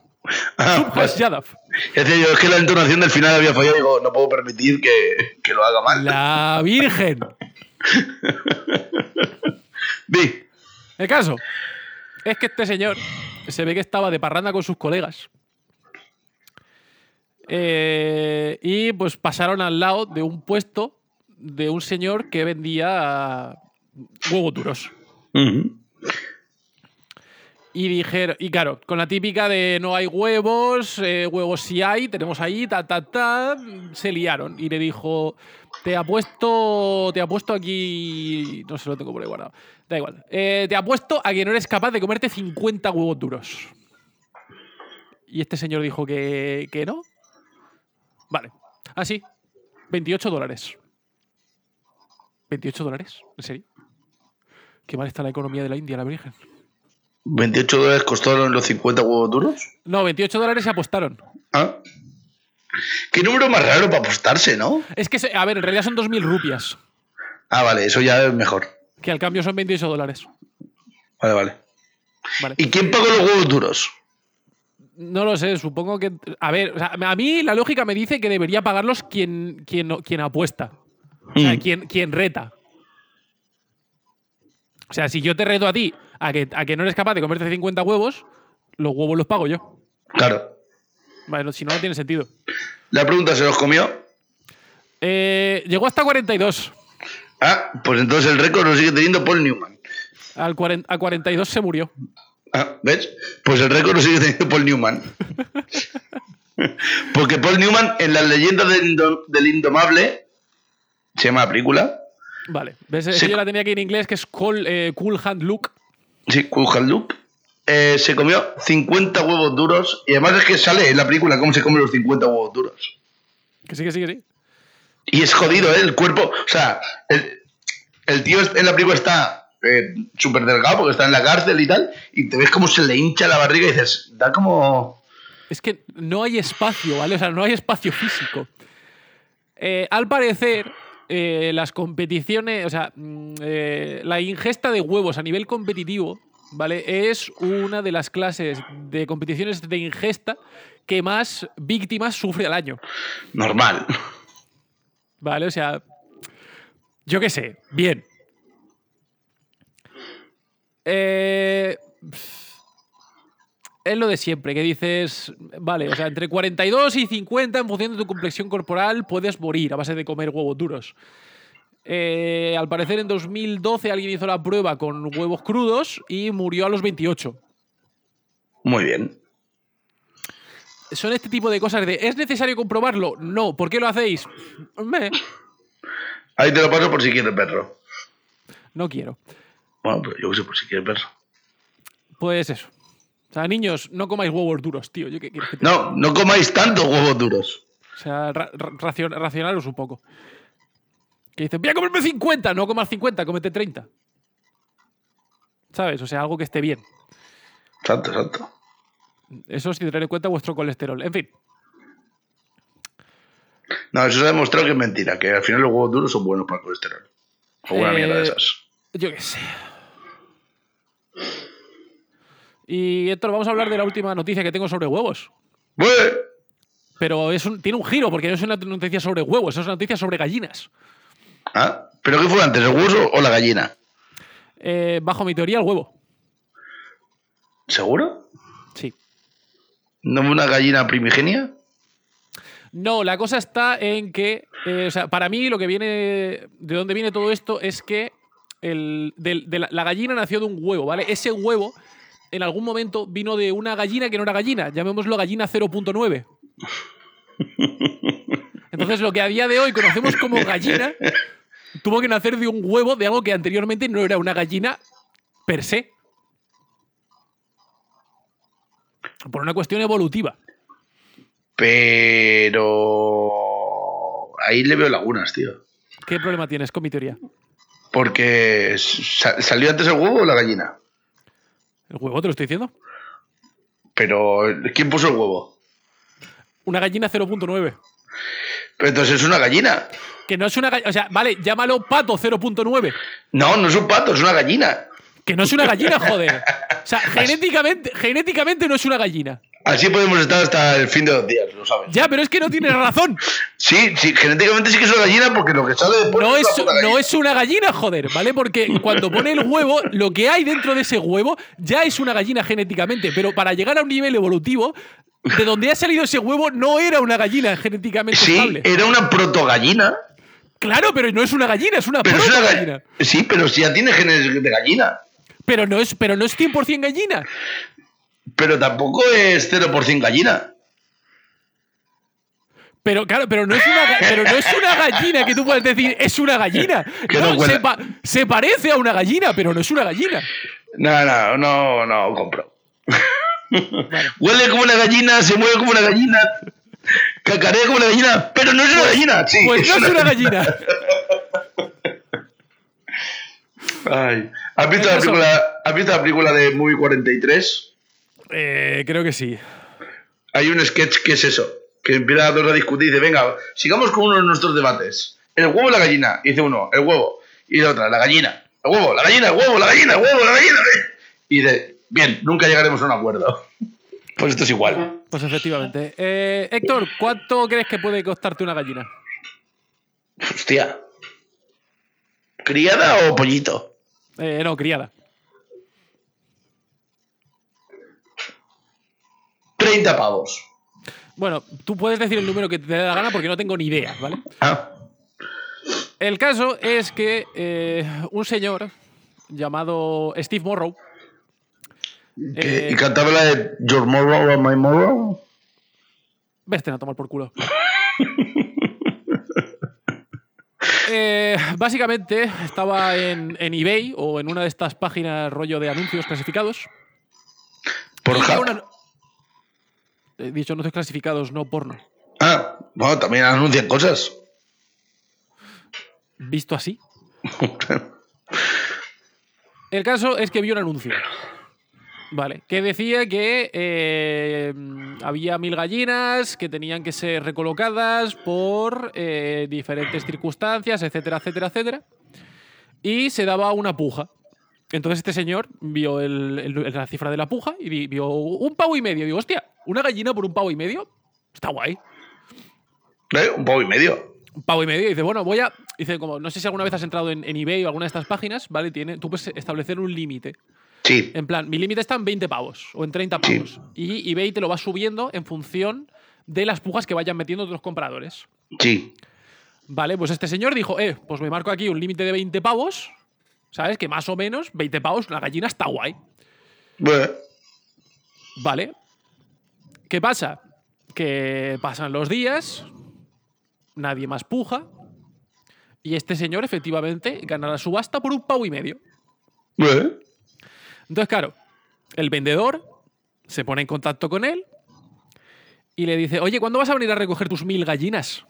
Speaker 4: Ah,
Speaker 3: Subhash Yadaf.
Speaker 4: es, que yo- es que la entonación del final había fallado. Digo, no puedo permitir que, que lo haga mal.
Speaker 3: La Virgen.
Speaker 4: Di.
Speaker 3: El caso es que este señor se ve que estaba de parranda con sus colegas. Eh, y pues pasaron al lado de un puesto de un señor que vendía huevos duros.
Speaker 4: Ujú.
Speaker 3: Y dijeron, y claro, con la típica de no hay huevos, eh, huevos sí hay, tenemos ahí, ta, ta, ta, se liaron. Y le dijo, te apuesto, te apuesto aquí, no sé, lo tengo por ahí guardado, da igual. Eh, te apuesto a que no eres capaz de comerte 50 huevos duros. Y este señor dijo que, que no. Vale, así, 28 dólares. ¿28 dólares? ¿En serio? Qué mal está la economía de la India, la Virgen.
Speaker 4: 28 dólares costaron los 50 huevos duros.
Speaker 3: No, 28 dólares se apostaron.
Speaker 4: Ah. Qué número más raro para apostarse, ¿no?
Speaker 3: Es que, se- a ver, en realidad son 2.000 rupias,
Speaker 4: Ah, vale, eso ya es mejor.
Speaker 3: que al cambio son 28 dólares.
Speaker 4: Vale, vale.
Speaker 3: Vale.
Speaker 4: ¿Y quién pagó los huevos duros?
Speaker 3: No lo sé, supongo que. A ver, o sea, a mí la lógica me dice que debería pagarlos quien, quien, no- quien apuesta. O sea,
Speaker 4: Mm.
Speaker 3: quien, quien reta. O sea, si yo te reto a ti a que, a que no eres capaz de comerte 50 huevos, los huevos los pago yo.
Speaker 4: Claro.
Speaker 3: Vale, no- si no, no tiene sentido.
Speaker 4: La pregunta se los comió.
Speaker 3: Eh, llegó hasta 42.
Speaker 4: Ah, pues entonces el récord lo sigue teniendo Paul Newman.
Speaker 3: Al cuaren- a 42 se murió.
Speaker 4: Ah, ¿Ves? Pues el récord lo sigue teniendo Paul Newman. Porque Paul Newman en las leyendas del, Indo- del Indomable, se llama la película,
Speaker 3: Vale. ¿Ves? Es
Speaker 4: Sí.
Speaker 3: que Yo la tenía aquí en inglés, que es Cool, eh, cool Hand Look.
Speaker 4: sí, Cool Hand Luke, eh, se comió 50 huevos duros y además es que sale en la película cómo se come los 50 huevos duros.
Speaker 3: Que sí, que sí, que sí.
Speaker 4: Y es jodido, ¿eh? El cuerpo. O sea, el, el tío en la película está eh, súper delgado porque está en la cárcel y tal. Y te ves como se le hincha la barriga y dices, da como.
Speaker 3: Es que no hay espacio, ¿vale? O sea, no hay espacio físico. Eh, al parecer, eh, las competiciones, o sea, mm, eh, la ingesta de huevos a nivel competitivo, ¿vale? Es una de las clases de competiciones de ingesta que más víctimas sufre al año,
Speaker 4: Normal.
Speaker 3: ¿vale? O sea, yo qué sé, bien. Eh, es lo de siempre, que dices, vale, o sea, entre 42 y 50 en función de tu complexión corporal puedes morir a base de comer huevos duros. Eh, al parecer en 2012 alguien hizo la prueba con huevos crudos y murió a los 28.
Speaker 4: Muy bien.
Speaker 3: Son este tipo de cosas de ¿es necesario comprobarlo? No. ¿Por qué lo hacéis? Meh,
Speaker 4: Ahí te lo paso por si quieres perro.
Speaker 3: no quiero.
Speaker 4: Bueno, pero yo qué sé, por si quieres perro.
Speaker 3: Pues eso. O sea, niños, no comáis huevos duros, tío. Yo qué quieres que te-
Speaker 4: No, no comáis tantos huevos duros.
Speaker 3: O sea, ra- ra- racion- racionaros un poco. Que dicen, voy a comerme 50, no comas 50, comete 30. ¿Sabes? O sea, algo que esté bien.
Speaker 4: Exacto, exacto.
Speaker 3: Eso sin tener en cuenta vuestro colesterol. En fin,
Speaker 4: No, eso se ha demostrado que es mentira, que al final los huevos duros son buenos para el colesterol. O una
Speaker 3: Eh,
Speaker 4: mierda de esas.
Speaker 3: yo qué sé. Y Héctor, vamos a hablar de la última noticia que tengo sobre huevos.
Speaker 4: ¡Bue!
Speaker 3: Pero es un- tiene un giro, porque no es una noticia sobre huevos, es una noticia sobre gallinas.
Speaker 4: ¿Ah? ¿Pero qué fue antes, el huevo o la gallina?
Speaker 3: Eh, bajo mi teoría, el huevo.
Speaker 4: ¿Seguro?
Speaker 3: Sí.
Speaker 4: ¿No fue una gallina primigenia?
Speaker 3: No, la cosa está en que, eh, o sea, para mí lo que viene, de dónde viene todo esto es que el- del- de la, la gallina nació de un huevo, ¿vale? Ese huevo en algún momento vino de una gallina que no era gallina, llamémoslo gallina 0.9. Entonces lo que a día de hoy conocemos como gallina tuvo que nacer de un huevo de algo que anteriormente no era una gallina per se. Por una cuestión evolutiva.
Speaker 4: Pero... Ahí le veo lagunas, tío.
Speaker 3: ¿Qué problema tienes con mi teoría?
Speaker 4: Porque sa- salió antes el huevo o la gallina.
Speaker 3: ¿El huevo te lo estoy diciendo?
Speaker 4: Pero ¿quién puso el huevo?
Speaker 3: Una gallina 0.9.
Speaker 4: Pero entonces es una gallina.
Speaker 3: Que no es una gallina. O sea, vale, llámalo pato 0.9.
Speaker 4: No, no es un pato, es una gallina.
Speaker 3: Que no es una gallina, joder. O sea, genéticamente, genéticamente no es una gallina.
Speaker 4: Así podemos estar hasta el fin de los días, lo sabes.
Speaker 3: Ya, pero es que no tienes razón.
Speaker 4: Sí, sí, genéticamente sí que es una gallina porque lo que sale después
Speaker 3: No es,
Speaker 4: una puta
Speaker 3: no
Speaker 4: gallina.
Speaker 3: es una gallina, joder, ¿vale? Porque cuando pone el huevo, lo que hay dentro de ese huevo ya es una gallina genéticamente. Pero para llegar a un nivel evolutivo, de donde ha salido ese huevo no era una gallina genéticamente
Speaker 4: Sí, eh.
Speaker 3: estable.
Speaker 4: era una protogallina,
Speaker 3: Claro, pero no es una gallina, es una
Speaker 4: pero es una
Speaker 3: protogallina.
Speaker 4: gallina. Sí, pero si ya tiene genes de gallina.
Speaker 3: Pero no es, pero no es 100% gallina.
Speaker 4: Pero tampoco es 0% gallina.
Speaker 3: Pero claro, pero no es una, ga- pero no es una gallina que tú puedes decir es una gallina.
Speaker 4: Que
Speaker 3: No,
Speaker 4: no huele.
Speaker 3: se, pa- se parece a una gallina, pero no es una gallina.
Speaker 4: No, no, no, no, compro.
Speaker 3: Vale.
Speaker 4: (laughs) Huele como una gallina, se mueve como una gallina, cacarea como una gallina, pero no es una gallina. Sí,
Speaker 3: Pues no es una gallina.
Speaker 4: Ay. ¿Has visto,
Speaker 3: El
Speaker 4: la
Speaker 3: caso-
Speaker 4: película, ¿Has visto la película de Movie 43?
Speaker 3: (laughs) Eh, creo que sí.
Speaker 4: Hay un sketch que es eso, que empiezan a dos a discutir y dice, venga, sigamos con uno de nuestros debates. El huevo o la gallina, Y dice uno, el huevo. Y la otra, la gallina. El huevo, la gallina, el huevo, la gallina, el huevo, la gallina. Y dice, bien, nunca llegaremos a un acuerdo. (laughs) Pues esto es igual.
Speaker 3: Pues efectivamente. Eh, Héctor, ¿cuánto crees que puede costarte una gallina?
Speaker 4: Hostia. ¿Criada o pollito?
Speaker 3: Eh, no, criada.
Speaker 4: 30 pavos.
Speaker 3: Bueno, tú puedes decir el número que te dé la gana porque no tengo ni idea, ¿vale?
Speaker 4: Ah,
Speaker 3: El caso es que eh, un señor llamado Steve Morrow.
Speaker 4: que-
Speaker 3: eh,
Speaker 4: ¿Y cantaba la de Your Morrow and My Morrow?
Speaker 3: Vete a tomar por culo. Eh, básicamente estaba en, en eBay o en una de estas páginas rollo de anuncios clasificados.
Speaker 4: Por
Speaker 3: Y
Speaker 4: ja-
Speaker 3: vio una- He dicho anuncios clasificados, no porno.
Speaker 4: Ah, bueno, también anuncian cosas. (laughs)
Speaker 3: Visto así. El caso es que vio un anuncio. Vale, que decía que eh, había mil gallinas que tenían que ser recolocadas por eh, diferentes circunstancias, etcétera, etcétera, etcétera. Y se daba una puja. Entonces este señor vio el- el- la cifra de la puja y vi- vio un pavo y medio. Digo, hostia, una gallina por un pavo y medio. Está guay.
Speaker 4: ¿Eh? Un pavo y medio.
Speaker 3: un pavo y medio. Y dice, bueno, voy a. Dice, como, no sé si alguna vez has entrado en, en eBay o alguna de estas páginas, ¿vale? Tiene, tú puedes establecer un límite.
Speaker 4: Sí.
Speaker 3: En plan, mi límite está en 20 pavos o en 30
Speaker 4: Sí.
Speaker 3: pavos. Y eBay te lo va subiendo en función de las pujas que vayan metiendo otros compradores.
Speaker 4: Sí.
Speaker 3: Vale, pues este señor dijo, eh, pues me marco aquí un límite de 20 pavos, ¿sabes? Que más o menos 20 pavos, una gallina está guay.
Speaker 4: Bueno,
Speaker 3: Vale. ¿Qué pasa? Que pasan los días, nadie más puja, y este señor efectivamente gana la subasta por un pavo y medio.
Speaker 4: bueno.
Speaker 3: Entonces, claro, el vendedor se pone en contacto con él y le dice, oye, ¿cuándo vas a venir a recoger tus mil gallinas?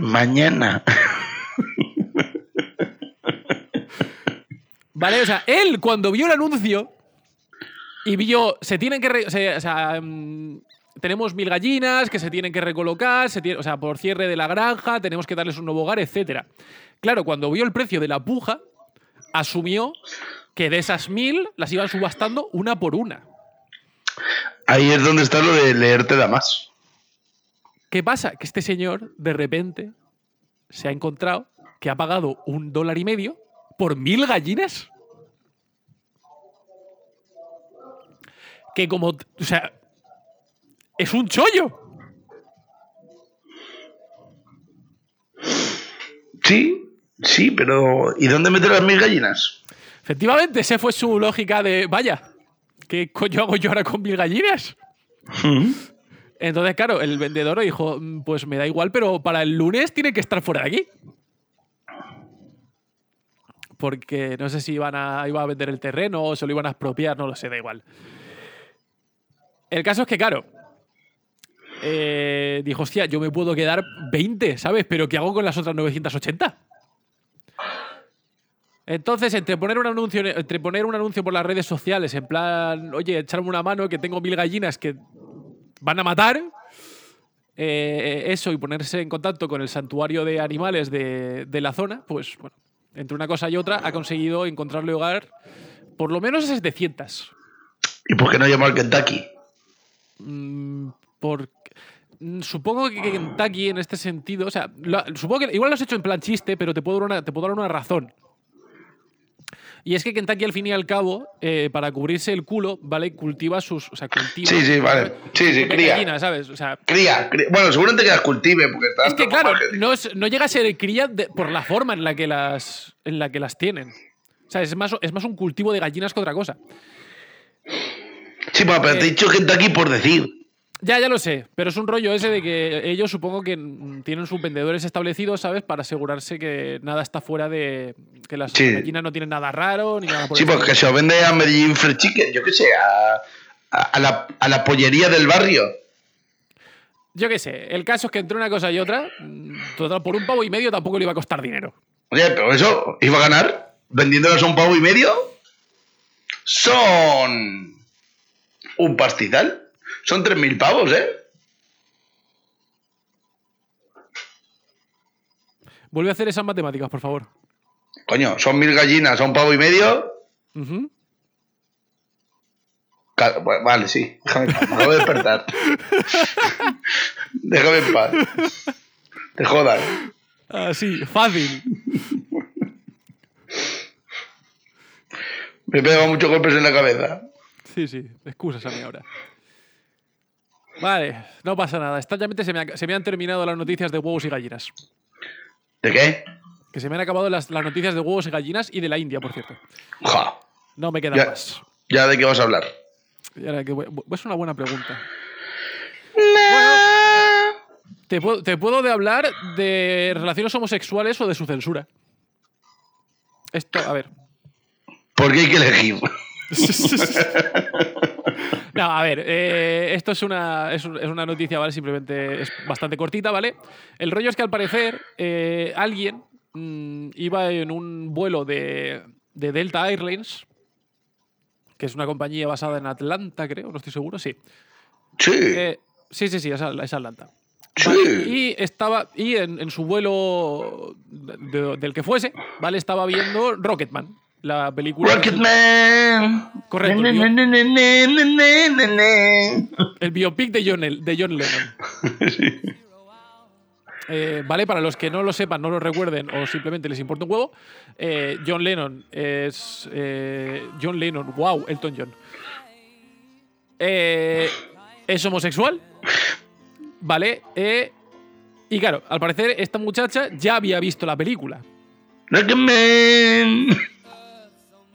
Speaker 4: Mañana.
Speaker 3: ¿Vale? O sea, él cuando vio el anuncio y vio, se tienen que... re- o sea, o sea, mm, tenemos mil gallinas que se tienen que recolocar, se tiene- o sea, por cierre de la granja, tenemos que darles un nuevo hogar, etc. Claro, cuando vio el precio de la puja, asumió que de esas mil las iban subastando una por una.
Speaker 4: Ahí es donde está lo de leerte da más.
Speaker 3: ¿Qué pasa? Que este señor, de repente, se ha encontrado que ha pagado un dólar y medio por mil gallinas. Que como. O sea. Es un chollo.
Speaker 4: Sí, sí, pero ¿y dónde meter las mil gallinas?
Speaker 3: Efectivamente, esa fue su lógica de. Vaya, ¿qué coño hago yo ahora con mil gallinas?
Speaker 4: Mm.
Speaker 3: Entonces, claro, el vendedor le dijo: "Mm, Pues me da igual, pero para el lunes tiene que estar fuera de aquí. Porque no sé si iban a, iba a vender el terreno o se lo iban a expropiar, no lo sé, da igual. El caso es que, claro, eh, dijo: Hostia, yo me puedo quedar 20, ¿sabes? Pero ¿qué hago con las otras 980? Entonces, entre poner un anuncio, entre poner un anuncio por las redes sociales, en plan, oye, echarme una mano que tengo mil gallinas que van a matar. eh, eso y ponerse en contacto con el santuario de animales de, de la zona, pues bueno, entre una cosa y otra ha conseguido encontrarle hogar por lo menos a 700.
Speaker 4: ¿Y por qué no llamar al Kentucky?
Speaker 3: Mm, por- mm, supongo que Kentucky en este sentido, o sea, lo- supongo que igual lo has hecho en plan chiste, pero te puedo dar una, te puedo dar una razón. Y es que Kentucky al fin y al cabo, eh, para cubrirse el culo, ¿vale? Cultiva sus... O sea, cultiva...
Speaker 4: Sí, sí, vale. Sí, sí, cría.
Speaker 3: gallinas, ¿sabes? O sea,
Speaker 4: Cría, cría. Bueno, seguramente que las cultive porque están.
Speaker 3: Es que
Speaker 4: dando
Speaker 3: claro,
Speaker 4: margen.
Speaker 3: no, es- no llega a ser cría de- por la forma en la que las, en la que las tienen. O sea, es más, es más un cultivo de gallinas que otra cosa.
Speaker 4: Sí,
Speaker 3: Eh.
Speaker 4: papá, pero te he dicho Kentucky por decir.
Speaker 3: Ya, ya lo sé, pero es un rollo ese de que ellos supongo que mm, tienen sus vendedores establecidos, ¿sabes? Para asegurarse que nada está fuera de... que las
Speaker 4: Sí.
Speaker 3: gallinas no tienen nada raro ni nada por
Speaker 4: Sí,
Speaker 3: el estilo.
Speaker 4: porque se lo vende a Medellín Fried Chicken, yo qué sé, a, a- a la, a la pollería del barrio.
Speaker 3: Yo qué sé, el caso es que entre una cosa y otra, mm, total, por un pavo y medio tampoco le iba a costar dinero.
Speaker 4: Oye, pero eso, ¿iba a ganar? ¿Vendiéndolas a un pavo y medio? Son. un pastizal. Son 3.000 pavos, ¿eh?
Speaker 3: Vuelve a hacer esas matemáticas, por favor.
Speaker 4: Coño, son mil gallinas a un pavo y medio.
Speaker 3: Ujú.
Speaker 4: Ca- bueno, Vale, sí. Déjame en paz, me acabo de despertar. (laughs) Déjame en paz. Te jodas.
Speaker 3: Así, fácil.
Speaker 4: Me he pegado muchos golpes en la cabeza.
Speaker 3: Sí, sí, excusas a mí ahora. Vale, no pasa nada. Extrañamente se me, ha- se me han terminado las noticias de huevos y gallinas.
Speaker 4: ¿De qué?
Speaker 3: Que se me han acabado las, las noticias de huevos y gallinas y de la India, por cierto.
Speaker 4: Ja.
Speaker 3: No me quedan
Speaker 4: Ya.
Speaker 3: más.
Speaker 4: ¿Ya de qué vas a hablar?
Speaker 3: Y ahora que voy- bu- es una buena pregunta. Te puedo, te puedo de hablar de relaciones homosexuales o de su censura. Esto, a ver.
Speaker 4: ¿Por qué hay que elegir? (laughs)
Speaker 3: (laughs) no, a ver, eh, esto es una, es, un- es una noticia, ¿vale? Simplemente es bastante cortita, ¿vale? El rollo es que al parecer eh, alguien mm, iba en un vuelo de, de Delta Airlines, que es una compañía basada en Atlanta, creo, no estoy seguro, sí.
Speaker 4: Sí.
Speaker 3: Eh, sí, sí, sí, es, Al- es Atlanta.
Speaker 4: Sí.
Speaker 3: Vale, y estaba y en, en su vuelo de- del que fuese, ¿vale? Estaba viendo Rocketman, la película
Speaker 4: Rocketman.
Speaker 3: Correcto,
Speaker 4: Ne,
Speaker 3: tío.
Speaker 4: ne, ne, ne, ne, ne, ne, ne.
Speaker 3: El biopic de John, de John Lennon. Eh, vale, para los que no lo sepan, no lo recuerden o simplemente les importa un huevo, eh, John Lennon es. eh, John Lennon, wow, Elton John. eh, es homosexual, ¿vale? Eh, y claro, al parecer esta muchacha ya había visto la película.
Speaker 4: Recommend.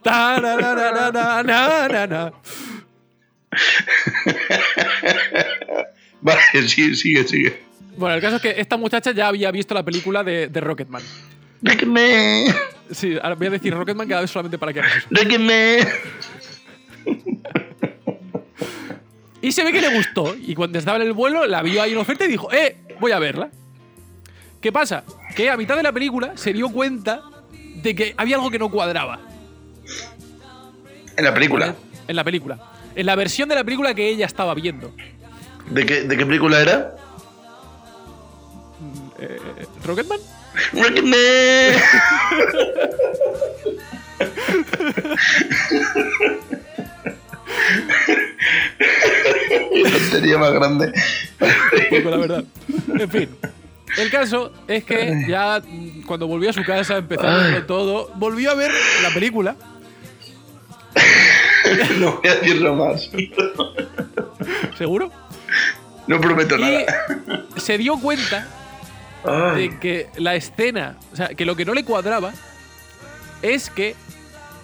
Speaker 3: Tararararararara.
Speaker 4: Vale, sigue, sigue, sigue.
Speaker 3: Bueno, el caso es que esta muchacha ya había visto la película de, de Rocketman.
Speaker 4: Recommend.
Speaker 3: Sí, ahora voy a decir Rocketman cada vez solamente para que hagas eso.
Speaker 4: Recommend.
Speaker 3: Y se ve que le gustó. Y cuando estaba en el vuelo, la vio ahí en oferta y dijo, eh, voy a verla. ¿Qué pasa? Que a mitad de la película se dio cuenta de que había algo que no cuadraba
Speaker 4: En la película.
Speaker 3: en la película. En la versión de la película que ella estaba viendo.
Speaker 4: ¿De qué, de qué película era?
Speaker 3: Eh, ¿Rocketman?
Speaker 4: Recommend. La tontería más grande.
Speaker 3: poco, Pues, la verdad. En fin. El caso es que ya mm, cuando volvió a su casa, empezó a verlo todo, volvió a ver la película.
Speaker 4: No voy a decirlo más.
Speaker 3: ¿Seguro?
Speaker 4: No prometo nada.
Speaker 3: Y se dio cuenta
Speaker 4: Ay.
Speaker 3: de que la escena, o sea, que lo que no le cuadraba es que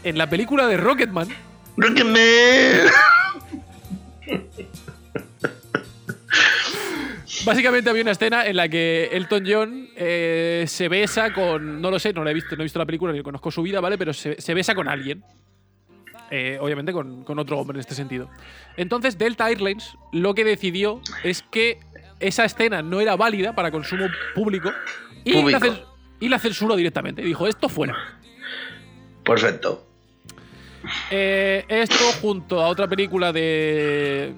Speaker 3: en la película de Rocketman,
Speaker 4: Recommend.
Speaker 3: básicamente había una escena en la que Elton John eh, se besa con, no lo sé, no la he visto, no he visto la película ni conozco su vida, ¿vale? Pero se, se besa con alguien. Eh, obviamente con, con otro hombre en este sentido. Entonces Delta Airlines lo que decidió es que esa escena no era válida para consumo público y,
Speaker 4: Público.
Speaker 3: La, cens- y la censuró directamente. Dijo, esto fuera.
Speaker 4: Perfecto. (laughs)
Speaker 3: Eh, esto junto a otra película de.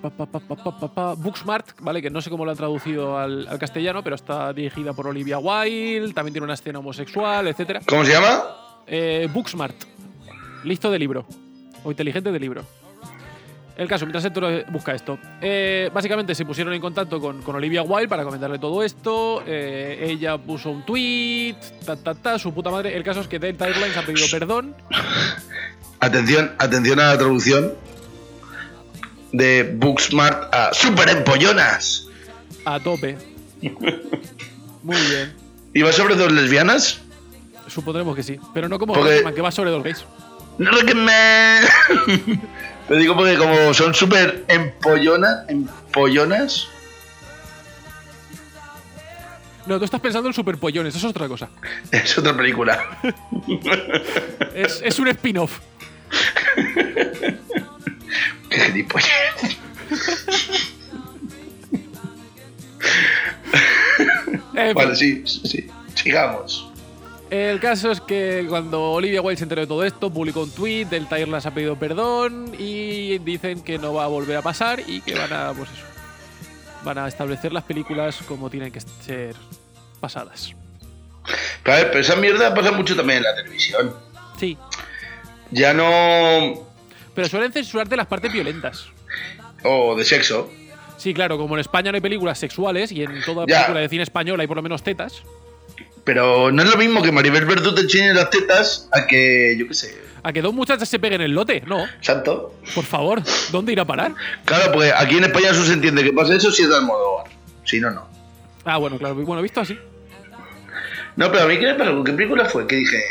Speaker 3: pa, pa, pa, pa, pa, pa, pa, Booksmart, ¿vale? Que no sé cómo lo han traducido al, al castellano, pero está dirigida por Olivia Wilde, también tiene una escena homosexual, etc.
Speaker 4: ¿Cómo se llama?
Speaker 3: Eh, Booksmart. Listo de libro. O inteligente de libro. El caso, mientras Héctor busca esto. Eh, básicamente se pusieron en contacto con, con Olivia Wilde para comentarle todo esto. eh, ella puso un tweet, ta, ta, ta, su puta madre. El caso es que Delta Airlines ha pedido perdón.
Speaker 4: Atención, atención a la traducción de Booksmart a Super Empollonas.
Speaker 3: A
Speaker 4: (laughs)
Speaker 3: tope. Muy bien.
Speaker 4: ¿Y va sobre dos lesbianas?
Speaker 3: Supondremos que sí. Pero no como
Speaker 4: Porque-
Speaker 3: Rocketman, que va sobre dos gays.
Speaker 4: Recommend. (laughs) Lo digo porque como son súper empollonas, empollonas. (laughs)
Speaker 3: No, tú estás pensando en superpollones, eso es otra cosa.
Speaker 4: Es otra película.
Speaker 3: Es, es un spin-off.
Speaker 4: Qué gilipollas.
Speaker 3: En fin,
Speaker 4: Vale, sí, sí, sí. Sigamos.
Speaker 3: El caso es que cuando Olivia Wilde se enteró de todo esto, publicó un tweet, Delta Airlines ha pedido perdón y dicen que no va a volver a pasar y que van a, pues eso, van a establecer las películas como tienen que ser pasadas.
Speaker 4: Pero, a ver, pero esa mierda pasa mucho también en la televisión.
Speaker 3: Sí,
Speaker 4: Ya no.
Speaker 3: pero suelen censurarte las partes violentas.
Speaker 4: O de sexo.
Speaker 3: Sí, claro, como en España no hay películas sexuales y en toda
Speaker 4: Ya.
Speaker 3: película de cine español hay por lo menos tetas.
Speaker 4: Pero no es lo mismo que Maribel Verdú te enseñe las tetas a que, yo qué sé,
Speaker 3: A que dos muchachas se peguen el lote, no,
Speaker 4: santo.
Speaker 3: por favor, ¿dónde ir a parar?
Speaker 4: Claro, porque aquí en España eso se entiende que pasa eso si es de Almodóvar. Si no, no.
Speaker 3: Ah, bueno, claro, bueno, visto así.
Speaker 4: No, pero a mí, ¿qué, me pasó? ¿Con ¿qué película fue? Que dije,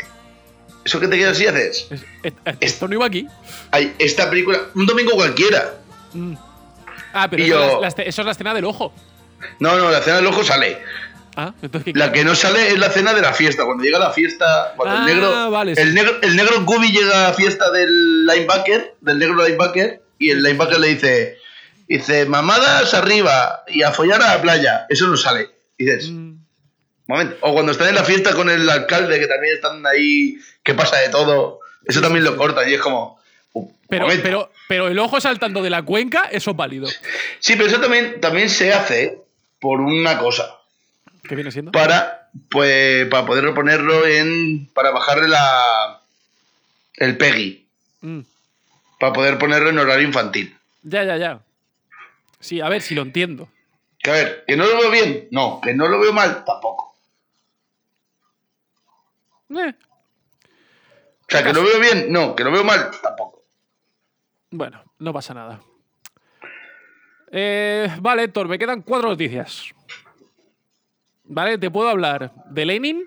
Speaker 4: ¿eso que te quedas y haces?
Speaker 3: Es- es- es- esto no iba aquí.
Speaker 4: Ay, esta película, un domingo cualquiera.
Speaker 3: Mm. Ah, pero
Speaker 4: Y
Speaker 3: eso,
Speaker 4: yo-
Speaker 3: es la- la escena- eso es la escena del ojo.
Speaker 4: No, no, la cena del ojo sale.
Speaker 3: Ah, entonces ¿qué?
Speaker 4: La que no sale es la cena de la fiesta. Cuando llega la fiesta, cuando
Speaker 3: Ah,
Speaker 4: el negro.
Speaker 3: vale, sí.
Speaker 4: el negro, el negro Gubi llega a la fiesta del linebacker, del negro linebacker, y el linebacker le dice, dice, mamadas arriba y a follar a la playa. Eso no sale. Y dices,
Speaker 3: Mm.
Speaker 4: momento. O cuando están en la fiesta con el alcalde, que también están ahí, que pasa de todo. Eso también lo cortan y es como. "Uh, un
Speaker 3: pero,
Speaker 4: momento.
Speaker 3: pero, pero el ojo saltando de la cuenca, eso es
Speaker 4: (laughs)
Speaker 3: válido.
Speaker 4: Sí, pero eso también, también se hace por una cosa.
Speaker 3: ¿Qué viene siendo?
Speaker 4: Para, pues, para poder reponerlo en. Para bajarle la. El PEGI.
Speaker 3: Mm.
Speaker 4: Para poder ponerlo en horario infantil.
Speaker 3: Ya, ya, ya. Sí, a ver si lo entiendo.
Speaker 4: Que a ver, que no lo veo bien. No, que no lo veo mal, tampoco.
Speaker 3: Eh,
Speaker 4: O sea, que lo veo bien, no, que lo veo mal, tampoco.
Speaker 3: Bueno, No pasa nada. Eh, vale, Héctor, me quedan cuatro noticias. Vale, te puedo hablar de Lenin,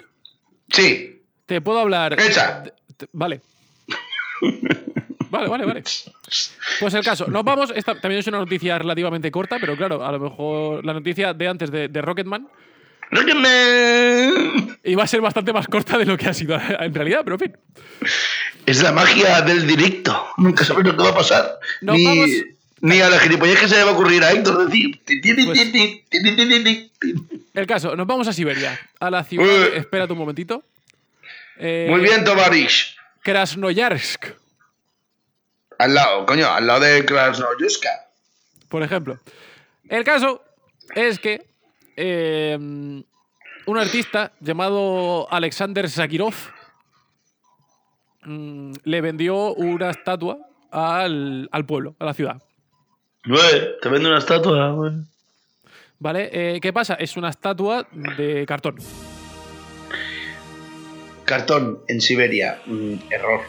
Speaker 4: Sí,
Speaker 3: te puedo hablar.
Speaker 4: Hecha.
Speaker 3: de- te- Vale. Vale, vale, vale. Pues el caso, nos vamos. Esta también es una noticia relativamente corta, pero claro, a lo mejor la noticia de antes de, de Rocketman
Speaker 4: Rocketman.
Speaker 3: iba a ser bastante más corta de lo que ha sido (laughs) en realidad, pero en fin.
Speaker 4: Es la magia del directo. Nunca sabes lo que va a pasar.
Speaker 3: No,
Speaker 4: ni,
Speaker 3: vamos.
Speaker 4: ni a la gilipollez que se le va a ocurrir a Héctor decir. "Ti, ti, ti,
Speaker 3: Pues-
Speaker 4: ti, ti, ti, ti, ti, ti, ti".
Speaker 3: El caso, nos vamos a Siberia, a la ciudad.
Speaker 4: Eh.
Speaker 3: Espérate un momentito. Eh,
Speaker 4: Muy bien, Tovarish.
Speaker 3: Krasnoyarsk,
Speaker 4: Al lado, coño, al lado de Krasnoyuska.
Speaker 3: por ejemplo. El caso es que eh, un artista llamado Alexander Sakirov mm, le vendió una estatua al, al pueblo, a la ciudad.
Speaker 4: Güey, te vende una estatua, güey.
Speaker 3: ¿Vale? Eh, ¿Qué pasa? Es una estatua de cartón.
Speaker 4: Cartón en Siberia. Mm, error.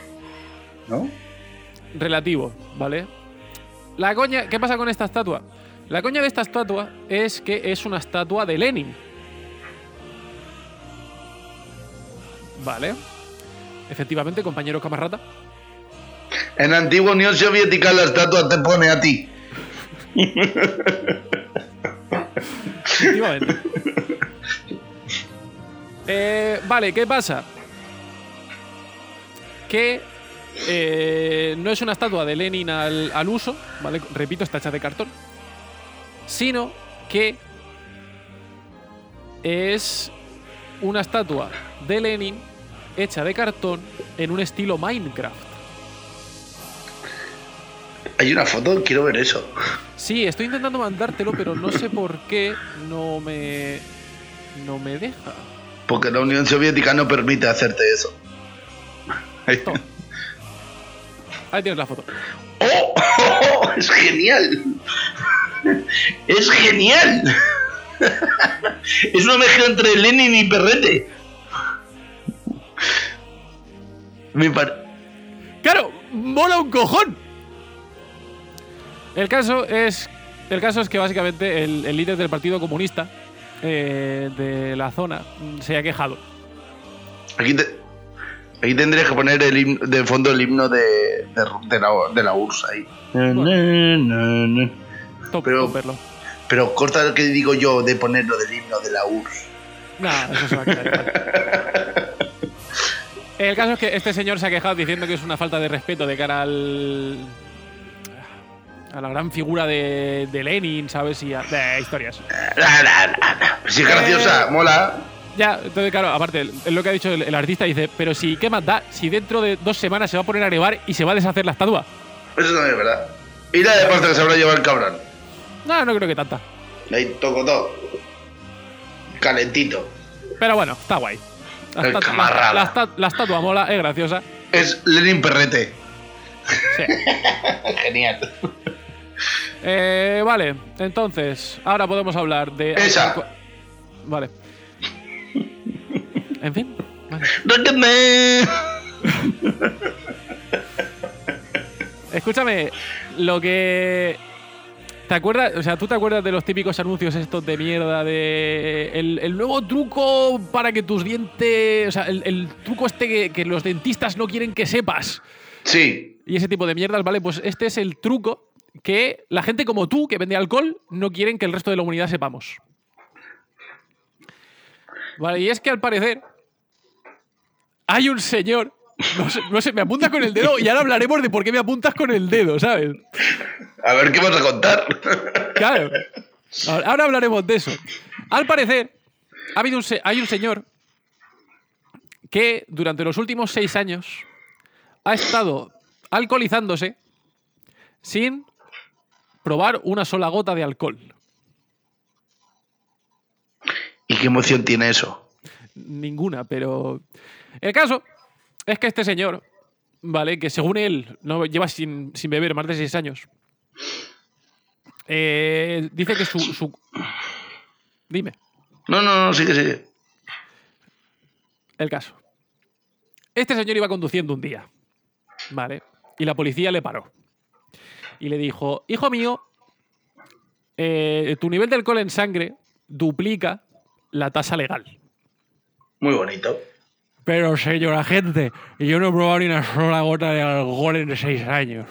Speaker 4: ¿No?
Speaker 3: relativo, ¿vale? La coña, ¿qué pasa con esta estatua? La coña de esta estatua es que es una estatua de Lenin. Vale. Efectivamente, compañero camarrata.
Speaker 4: En la antigua Unión Soviética la estatua te pone a ti.
Speaker 3: Efectivamente. Eh, vale, ¿qué pasa? Que eh, no es una estatua de Lenin al, al uso, ¿vale? Repito, está hecha de cartón. Sino que es una estatua de Lenin hecha de cartón en un estilo Minecraft.
Speaker 4: Hay una foto, quiero ver eso.
Speaker 3: Sí, estoy intentando mandártelo, pero no sé por qué no me. no me deja.
Speaker 4: Porque la Unión Soviética no permite hacerte eso.
Speaker 3: Ahí tienes la foto.
Speaker 4: ¡Oh! (laughs) ¡Es genial! ¡Es genial! Es una mezcla entre Lenin y Perrete. Me par-
Speaker 3: Claro, mola un cojón. El caso es, el caso es que básicamente el, el líder del Partido Comunista eh, de la zona mm, se ha quejado.
Speaker 4: Aquí, te- aquí tendrías que poner el himno- de fondo el himno de, de, de la, de la URSS ahí. Na, na, na, na.
Speaker 3: Top,
Speaker 4: Pero-
Speaker 3: top verlo.
Speaker 4: Pero corta lo que digo yo de ponerlo del himno de la URSS.
Speaker 3: Nah, eso se va a quedar igual. El caso es que este señor se ha quejado diciendo que es una falta de respeto de cara al. a la gran figura de, de Lenin, ¿sabes? Y a, de historias.
Speaker 4: Na, na, na, na. Sí, es graciosa,
Speaker 3: Eh.
Speaker 4: mola.
Speaker 3: Ya, entonces, claro, aparte, el- lo que ha dicho el, el artista dice, pero si, ¿qué más da? Si dentro de dos semanas se va a poner a nevar y se va a deshacer la estatua.
Speaker 4: Eso también es verdad. Y la de pasta que se habrá llevado el cabrón.
Speaker 3: No, no creo que tanta.
Speaker 4: Ahí toco todo. Calentito.
Speaker 3: Pero bueno, está guay. La,
Speaker 4: El
Speaker 3: estatua-
Speaker 4: camarada.
Speaker 3: la esta- la estatua mola, es graciosa.
Speaker 4: Es Lenin Perrete.
Speaker 3: Sí.
Speaker 4: (laughs) Genial.
Speaker 3: Eh, vale, entonces, ahora podemos hablar de...
Speaker 4: Esa.
Speaker 3: Vale. En fin. vale.
Speaker 4: Rocketman.
Speaker 3: Escúchame, lo que. ¿Te acuerdas? O sea, ¿tú te acuerdas de los típicos anuncios estos de mierda de. El, el nuevo truco para que tus dientes. O sea, el, el truco este que, que los dentistas no quieren que sepas.
Speaker 4: Sí.
Speaker 3: Y ese tipo de mierdas, ¿vale? Pues este es el truco que la gente como tú, que vende alcohol, no quieren que el resto de la humanidad sepamos. Vale, y es que al parecer. Hay un señor. No sé, no sé, me apuntas con el dedo y ahora hablaremos de por qué me apuntas con el dedo, ¿sabes?
Speaker 4: A ver qué vas a contar.
Speaker 3: Claro. Ahora, ahora hablaremos de eso. Al parecer, ha habido un se- hay un señor que durante los últimos seis años ha estado alcoholizándose sin probar una sola gota de alcohol.
Speaker 4: ¿Y qué emoción tiene eso?
Speaker 3: Ninguna, pero... El caso es que este señor, ¿vale? Que según él no lleva sin, sin beber más de seis años. eh, dice que su- su... Dime.
Speaker 4: No, no, no, sigue, sigue.
Speaker 3: El caso. Este señor iba conduciendo un día. ¿Vale? Y la policía le paró. y le dijo, hijo mío, eh, tu nivel de alcohol en sangre duplica la tasa legal.
Speaker 4: Muy bonito.
Speaker 3: Pero señor agente, yo no he probado ni una sola gota de alcohol en seis años.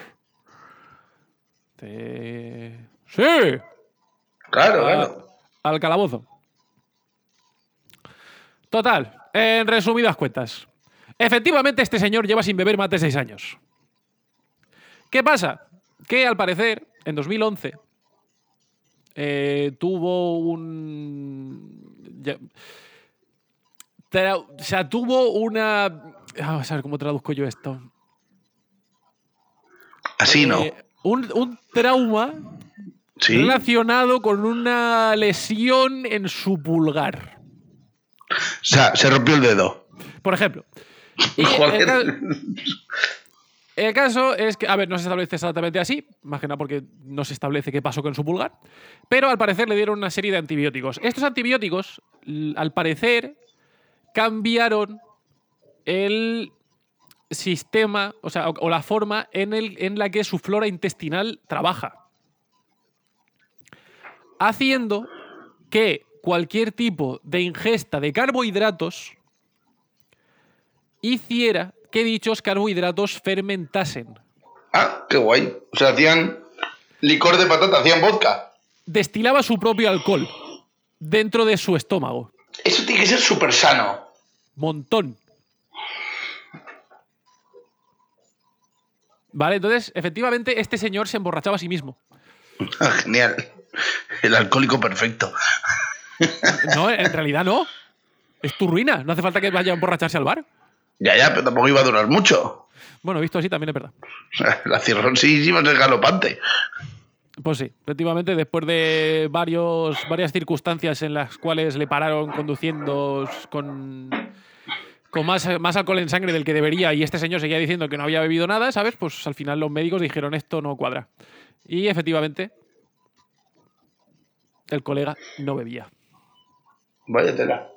Speaker 3: Te- Sí,
Speaker 4: Claro,
Speaker 3: Ah,
Speaker 4: claro.
Speaker 3: al calabozo. Total, en resumidas cuentas. Efectivamente, este señor lleva sin beber más de seis años. ¿Qué pasa? Que al parecer, en 2011, eh, tuvo un... ya- tra- O sea, tuvo una... Vamos a ver cómo traduzco yo esto.
Speaker 4: Así no.
Speaker 3: Eh, un- un trauma
Speaker 4: Sí.
Speaker 3: relacionado con una lesión en su pulgar.
Speaker 4: O sea, se rompió el dedo.
Speaker 3: Por ejemplo. Y
Speaker 4: Joder.
Speaker 3: el, ca- el caso es que, a ver, no se establece exactamente así, más que nada porque no se establece qué pasó con su pulgar, pero al parecer le dieron una serie de antibióticos. Estos antibióticos, l- al parecer, cambiaron el sistema, o sea, o, o la forma en, el, en la que su flora intestinal trabaja. Haciendo que cualquier tipo de ingesta de carbohidratos hiciera que dichos carbohidratos fermentasen,
Speaker 4: Ah, qué guay. O sea, hacían licor de patata, hacían vodka.
Speaker 3: destilaba su propio alcohol dentro de su estómago.
Speaker 4: Eso tiene que ser súper sano.
Speaker 3: Montón. Vale, entonces, efectivamente, este señor se emborrachaba a sí mismo.
Speaker 4: Ah, genial. El alcohólico perfecto.
Speaker 3: No, en realidad no. Es tu ruina. No hace falta que vaya a emborracharse al bar.
Speaker 4: Ya, ya, pero tampoco iba a durar mucho. (laughs)
Speaker 3: Bueno, visto así también es verdad.
Speaker 4: La cirrosis iba a ser galopante.
Speaker 3: Pues sí, efectivamente, después de varios, varias circunstancias en las cuales le pararon conduciendo con, con más, más alcohol en sangre del que debería y este señor seguía diciendo que no había bebido nada, ¿sabes? Pues al final los médicos dijeron esto no cuadra. Y efectivamente, el colega no bebía.
Speaker 4: Vaya tela.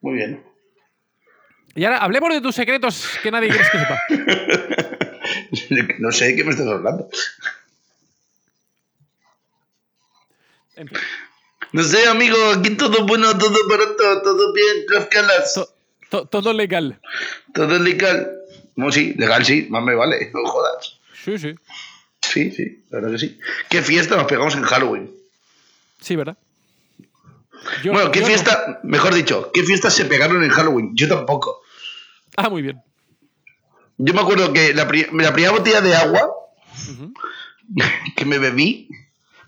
Speaker 4: Muy bien.
Speaker 3: Y ahora hablemos de tus secretos que nadie quieres que sepa.
Speaker 4: (laughs) No sé de qué me estás hablando.
Speaker 3: En fin,
Speaker 4: No sé, amigo, aquí todo bueno, todo barato, todo bien, Tlaxcalas.
Speaker 3: to- to- todo legal.
Speaker 4: Todo legal. No, sí, legal sí, más me vale, (laughs) no jodas.
Speaker 3: Sí, sí.
Speaker 4: Sí, sí, la verdad que sí. ¿Qué fiesta nos pegamos en Halloween?
Speaker 3: Sí, ¿verdad? Yo-
Speaker 4: bueno, ¿qué
Speaker 3: yo no.
Speaker 4: fiesta, mejor dicho, qué fiestas se pegaron en Halloween? Yo tampoco.
Speaker 3: Ah, muy bien.
Speaker 4: Yo me acuerdo que la, pri- la primera botella de agua que me bebí,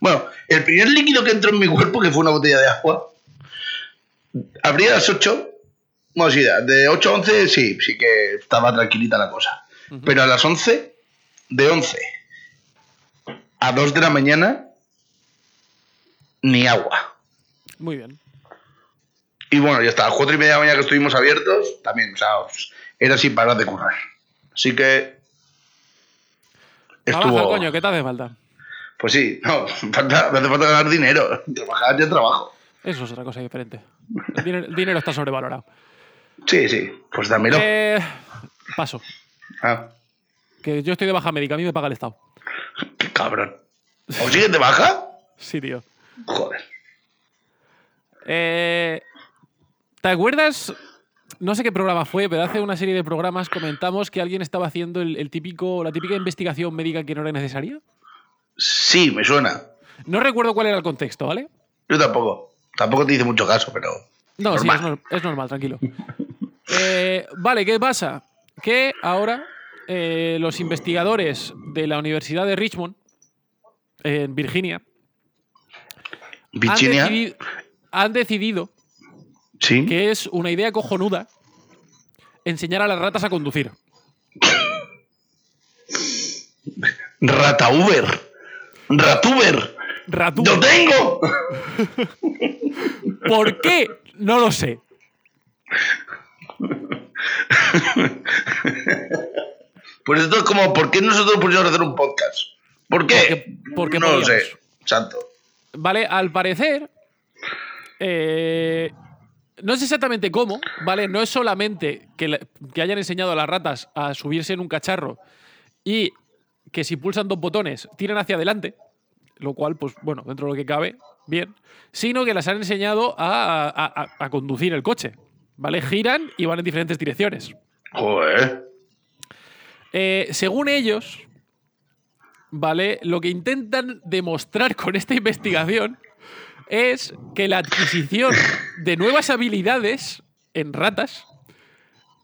Speaker 4: bueno, el primer líquido que entró en mi cuerpo, que fue una botella de agua, abrí a las 8, bueno, sí, de 8 a 11 sí, sí que estaba tranquilita la cosa, pero a las 11, de 11 a 2 de la mañana, ni agua.
Speaker 3: Muy bien.
Speaker 4: Y bueno, ya está. A las cuatro y media de la mañana que estuvimos abiertos, también, o sea, os- era sin parar de currar. Así que.
Speaker 3: Trabaja,
Speaker 4: Estuvo.
Speaker 3: coño, ¿qué te hace falta?
Speaker 4: Pues sí, no, (laughs) falta- me hace falta ganar dinero. (laughs) Trabajar ya trabajo.
Speaker 3: Eso es otra cosa diferente. El dinero, el dinero está sobrevalorado.
Speaker 4: Sí, sí, pues dámelo.
Speaker 3: Eh, paso.
Speaker 4: Ah,
Speaker 3: Que yo estoy de baja médica, a mí me paga el Estado.
Speaker 4: qué cabrón. ¿O sigues de baja?
Speaker 3: Sí, tío.
Speaker 4: Joder.
Speaker 3: Eh, ¿Te acuerdas? No sé qué programa fue, pero hace una serie de programas comentamos que alguien estaba haciendo el, el típico, la típica investigación médica que no era necesaria.
Speaker 4: Sí, me suena.
Speaker 3: No recuerdo cuál era el contexto, ¿vale?
Speaker 4: Yo tampoco. Tampoco te hice mucho caso, pero.
Speaker 3: No, sí,
Speaker 4: Normal.
Speaker 3: es, nor- es normal, tranquilo. Eh, vale, ¿qué pasa? Que ahora eh, los investigadores de la Universidad de Richmond, en Virginia, han
Speaker 4: Virginia.
Speaker 3: decidido- han decidido
Speaker 4: Sí.
Speaker 3: que es una idea cojonuda enseñar a las ratas a conducir.
Speaker 4: Rata Uber. Ratuber.
Speaker 3: Ratú.
Speaker 4: ¡Lo tengo!
Speaker 3: ¿Por qué? No lo sé.
Speaker 4: Pues esto es como, ¿por qué nosotros pusimos hacer un podcast? ¿Por qué?
Speaker 3: Porque- porque
Speaker 4: no lo sé.
Speaker 3: podíamos.
Speaker 4: Santo.
Speaker 3: ¿Vale? Al parecer. eh, no sé exactamente cómo, ¿vale? No es solamente que, la- que hayan enseñado a las ratas a subirse en un cacharro y que si pulsan dos botones tiran hacia adelante, lo cual, pues bueno, dentro de lo que cabe, bien, sino que las han enseñado a, a- a- a conducir el coche, ¿vale? Giran y van en diferentes direcciones.
Speaker 4: Joder.
Speaker 3: Eh, según ellos, ¿vale? Lo que intentan demostrar con esta investigación es que la adquisición de nuevas habilidades en ratas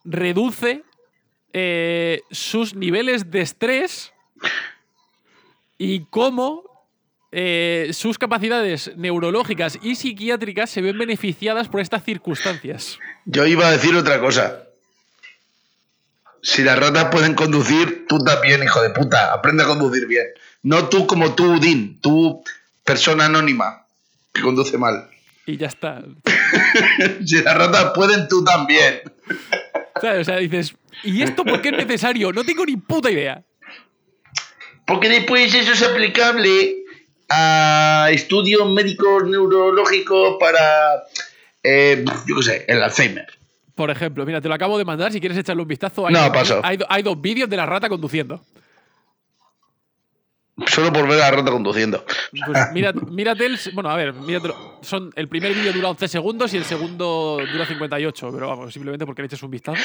Speaker 3: reduce eh, sus niveles de estrés y cómo eh, sus capacidades neurológicas y psiquiátricas se ven beneficiadas por estas circunstancias.
Speaker 4: Yo iba a decir otra cosa. Si las ratas pueden conducir, tú también, hijo de puta. Aprende a conducir bien. No tú como tú, Din. Tú, persona anónima, que conduce mal. (laughs)
Speaker 3: Y ya está.
Speaker 4: Si las ratas pueden, tú también.
Speaker 3: ¿Sabes? O sea, dices, ¿y esto por qué es necesario? No tengo ni puta idea.
Speaker 4: Porque después eso es aplicable a estudios médicos neurológicos para, eh, yo qué sé, el Alzheimer.
Speaker 3: Por ejemplo, mira, te lo acabo de mandar. Si quieres echarle un vistazo, hay,
Speaker 4: No,
Speaker 3: dos-
Speaker 4: paso.
Speaker 3: hay, do- hay dos vídeos de la rata conduciendo.
Speaker 4: Solo por ver a la rata conduciendo.
Speaker 3: Pues
Speaker 4: Ah.
Speaker 3: mira- mírate el. Bueno, a ver, míratelo. Son, el primer vídeo dura 11 segundos y el segundo dura 58, pero vamos, simplemente porque le eches un vistazo.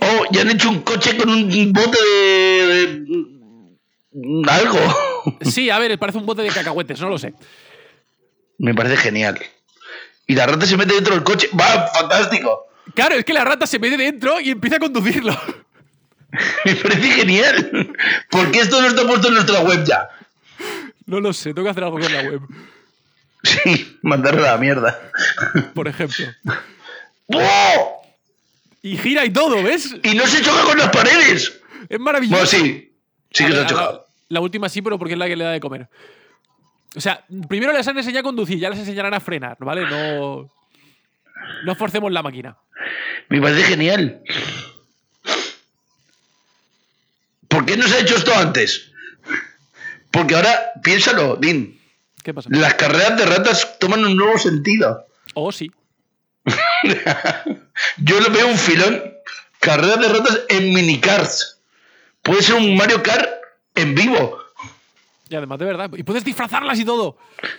Speaker 4: Oh, ya han hecho un coche con un bote de. de- algo. (laughs)
Speaker 3: Sí, a ver, parece un bote de cacahuetes, no lo sé.
Speaker 4: Me parece genial. Y la rata se mete dentro del coche. ¡Va! ¡Fantástico! (laughs)
Speaker 3: Claro, es que la rata se mete dentro y empieza a conducirlo. (laughs)
Speaker 4: Me parece genial. ¿Por qué esto no está puesto en nuestra web ya? (laughs)
Speaker 3: No lo sé, tengo que hacer algo con la web,
Speaker 4: Sí, mandarla a la mierda. (laughs)
Speaker 3: por ejemplo.
Speaker 4: ¡Wow!
Speaker 3: Y gira y todo, ¿ves?
Speaker 4: Y no se choca con las paredes.
Speaker 3: Es
Speaker 4: Bueno,
Speaker 3: maravilloso.
Speaker 4: sí. Sí
Speaker 3: A
Speaker 4: que
Speaker 3: ver,
Speaker 4: se ha
Speaker 3: a la-
Speaker 4: chocado.
Speaker 3: La última sí, pero porque es la que le da de comer. O sea, primero les han enseñado a conducir, ya les enseñarán a frenar, ¿vale? No. No forcemos la máquina.
Speaker 4: Me parece genial. ¿Por qué no se ha hecho esto antes? Porque ahora, piénsalo, Din.
Speaker 3: ¿Qué pasa?
Speaker 4: Las carreras de ratas toman un nuevo sentido.
Speaker 3: Oh, sí.
Speaker 4: Yo le veo un filón. Carreras de ratas en minicars. Puede ser un Mario Kart en vivo.
Speaker 3: Y además, de verdad. Y puedes disfrazarlas y todo.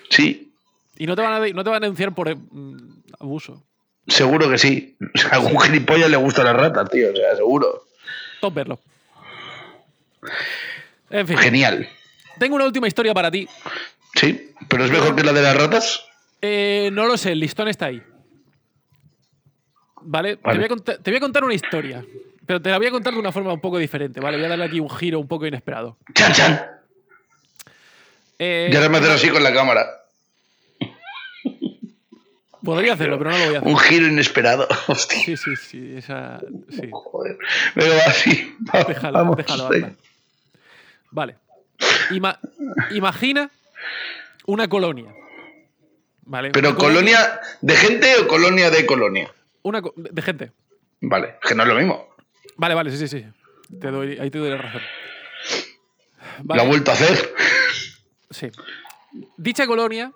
Speaker 4: Sí,
Speaker 3: Y no te van a, no te van a denunciar por eh, mm, abuso.
Speaker 4: seguro que sí. (laughs) A algún gilipollas le gusta las ratas, tío. O sea, seguro.
Speaker 3: Top verlo. En fin,
Speaker 4: Genial.
Speaker 3: tengo una última historia para ti.
Speaker 4: Sí, pero es mejor que la de las ratas.
Speaker 3: Eh, no lo sé, el listón está ahí. ¿Vale? Te,
Speaker 4: Vale.
Speaker 3: voy a contar, te voy a contar una historia, pero te la voy a contar de una forma un poco diferente, ¿vale? Voy a darle aquí un giro un poco inesperado.
Speaker 4: Chan, chan.
Speaker 3: Eh,
Speaker 4: Y ahora me hacen así con la cámara.
Speaker 3: podría hacerlo, pero no lo voy a hacer.
Speaker 4: Un giro inesperado. (laughs) Hostia.
Speaker 3: Sí, sí, sí, esa...
Speaker 4: (laughs)
Speaker 3: Sí,
Speaker 4: Joder. Venga, va, sí. Va,
Speaker 3: déjalo,
Speaker 4: vamos.
Speaker 3: déjalo.
Speaker 4: venga.
Speaker 3: anda. Vale. Ima- imagina una colonia. ¿Vale?
Speaker 4: Pero
Speaker 3: Una colonia-
Speaker 4: colonia de gente o colonia de colonia.
Speaker 3: Una co- de gente.
Speaker 4: Vale, que no es lo mismo.
Speaker 3: Vale, vale, sí, sí, sí. Te doy, ahí te doy la razón.
Speaker 4: Lo ha vuelto a hacer.
Speaker 3: Sí. Dicha colonia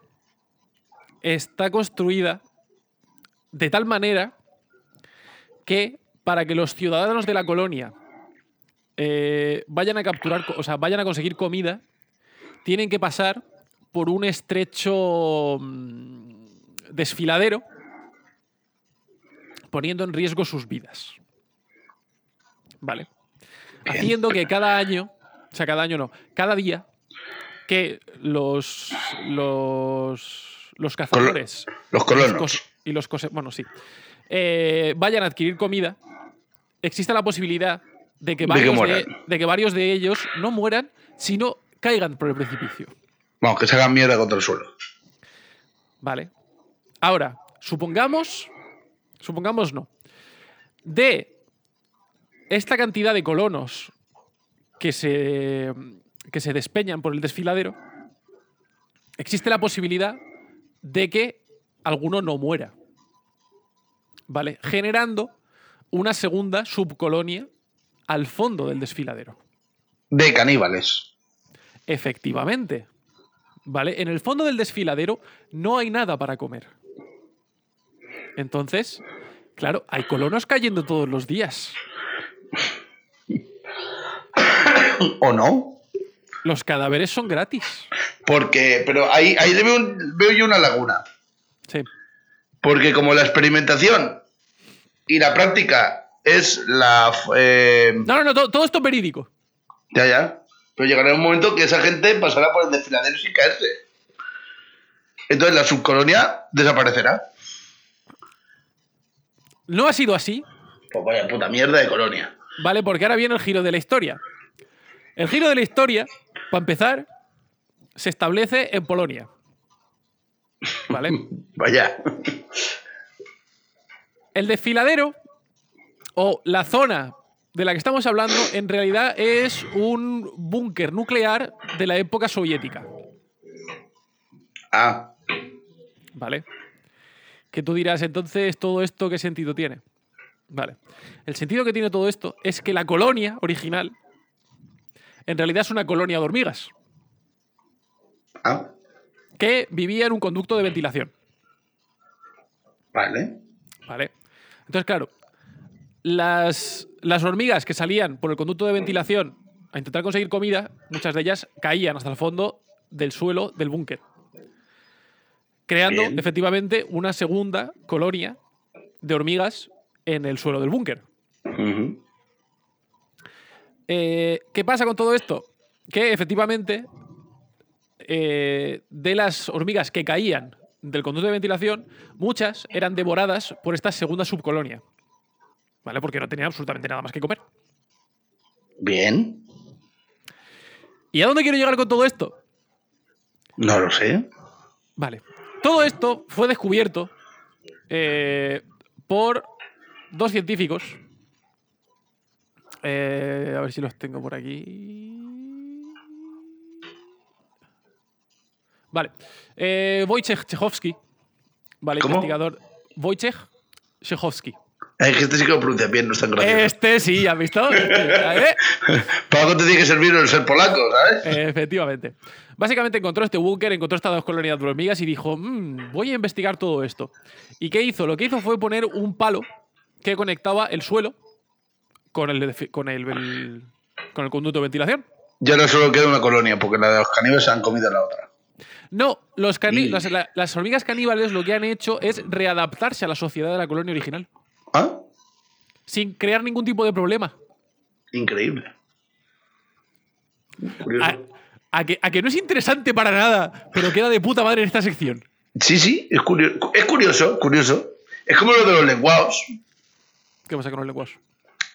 Speaker 3: está construida de tal manera que para que los ciudadanos de la colonia eh, vayan a capturar, co- o sea, vayan a conseguir comida, tienen que pasar por un estrecho mm, desfiladero poniendo en riesgo sus vidas. ¿Vale?
Speaker 4: Bien.
Speaker 3: Haciendo que cada año, o sea, cada año no, cada día que los los los cazadores
Speaker 4: Los
Speaker 3: los
Speaker 4: colonos.
Speaker 3: cos- y los cose- bueno sí eh, vayan a adquirir comida existe la posibilidad de que
Speaker 4: De que
Speaker 3: varios de,
Speaker 4: mueran.
Speaker 3: de que varios de ellos no mueran sino caigan por el precipicio
Speaker 4: Vamos, que se hagan mierda contra el suelo.
Speaker 3: vale ahora supongamos supongamos no de esta cantidad de colonos que se que se despeñan por el desfiladero existe la posibilidad de que alguno no muera. ¿Vale? Generando una segunda subcolonia al fondo del desfiladero.
Speaker 4: De caníbales.
Speaker 3: Efectivamente. ¿Vale? En el fondo del desfiladero no hay nada para comer. Entonces, claro, hay colonos cayendo todos los días.
Speaker 4: ¿O no?
Speaker 3: Los cadáveres son gratis.
Speaker 4: Porque, pero ahí, ahí le veo, un- veo yo una laguna.
Speaker 3: Sí.
Speaker 4: Porque como la experimentación y la práctica es la... f- eh,
Speaker 3: No, no, no, todo, todo esto es verídico.
Speaker 4: Ya, ya. Pero llegará un momento que esa gente pasará por el desfiladero sin caerse. Entonces la subcolonia desaparecerá.
Speaker 3: No ha sido así,
Speaker 4: Pues vaya puta mierda de colonia.
Speaker 3: ¿vale? Porque ahora viene el giro de la historia. El giro de la historia, para empezar, se establece en Polonia. ¿Vale?
Speaker 4: Vaya.
Speaker 3: El desfiladero o la zona de la que estamos hablando en realidad es un búnker nuclear de la época soviética,
Speaker 4: Ah,
Speaker 3: ¿vale? Que tú dirás, entonces, ¿todo esto qué sentido tiene? Vale. El sentido que tiene todo esto es que la colonia original en realidad es una colonia de hormigas
Speaker 4: ah,
Speaker 3: que vivía en un conducto de ventilación,
Speaker 4: vale.
Speaker 3: ¿vale? Entonces, claro, las, las hormigas que salían por el conducto de ventilación a intentar conseguir comida, muchas de ellas caían hasta el fondo del suelo del búnker, creando
Speaker 4: Bien.
Speaker 3: efectivamente una segunda colonia de hormigas en el suelo del búnker.
Speaker 4: Ujú.
Speaker 3: Eh, ¿Qué pasa con todo esto? Que efectivamente, eh, de las hormigas que caían del conducto de ventilación, muchas eran devoradas por esta segunda subcolonia. ¿Vale? Porque no tenían absolutamente nada más que comer.
Speaker 4: Bien.
Speaker 3: ¿Y a dónde quiero llegar con todo esto?
Speaker 4: No lo sé.
Speaker 3: Vale. Todo esto fue descubierto eh, por dos científicos. Eh, a ver si los tengo por aquí. Vale. Eh, Wojciech Chechowski. Vale,
Speaker 4: ¿Cómo?
Speaker 3: investigador. Wojciech Chechowski.
Speaker 4: Es que este sí que lo pronuncia bien, no es tan gracioso.
Speaker 3: Este sí, ¿has
Speaker 4: (laughs)
Speaker 3: visto? Este, ¿eh?
Speaker 4: Para algo te tiene que servir el ser polaco, ¿sabes?
Speaker 3: Efectivamente. Básicamente encontró este búnker, encontró estas dos colonias de hormigas y dijo, "Mm, voy a investigar todo esto. ¿Y qué hizo? Lo que hizo fue poner un palo que conectaba el suelo con el, defi- con el, el- con el conducto de ventilación.
Speaker 4: Ya no solo queda una colonia, porque la de los caníbales se han comido a la otra.
Speaker 3: No, los cani-
Speaker 4: Mm.
Speaker 3: las, la- las hormigas caníbales lo que han hecho es readaptarse a la sociedad de la colonia original,
Speaker 4: ¿Ah?
Speaker 3: sin crear ningún tipo de problema.
Speaker 4: Increíble. Curioso.
Speaker 3: A, a que, a que no es interesante para nada, pero queda de puta madre en esta sección.
Speaker 4: Sí, sí, es curioso, es curioso, curioso. Es como lo de los lenguados.
Speaker 3: ¿Qué pasa con los lenguas?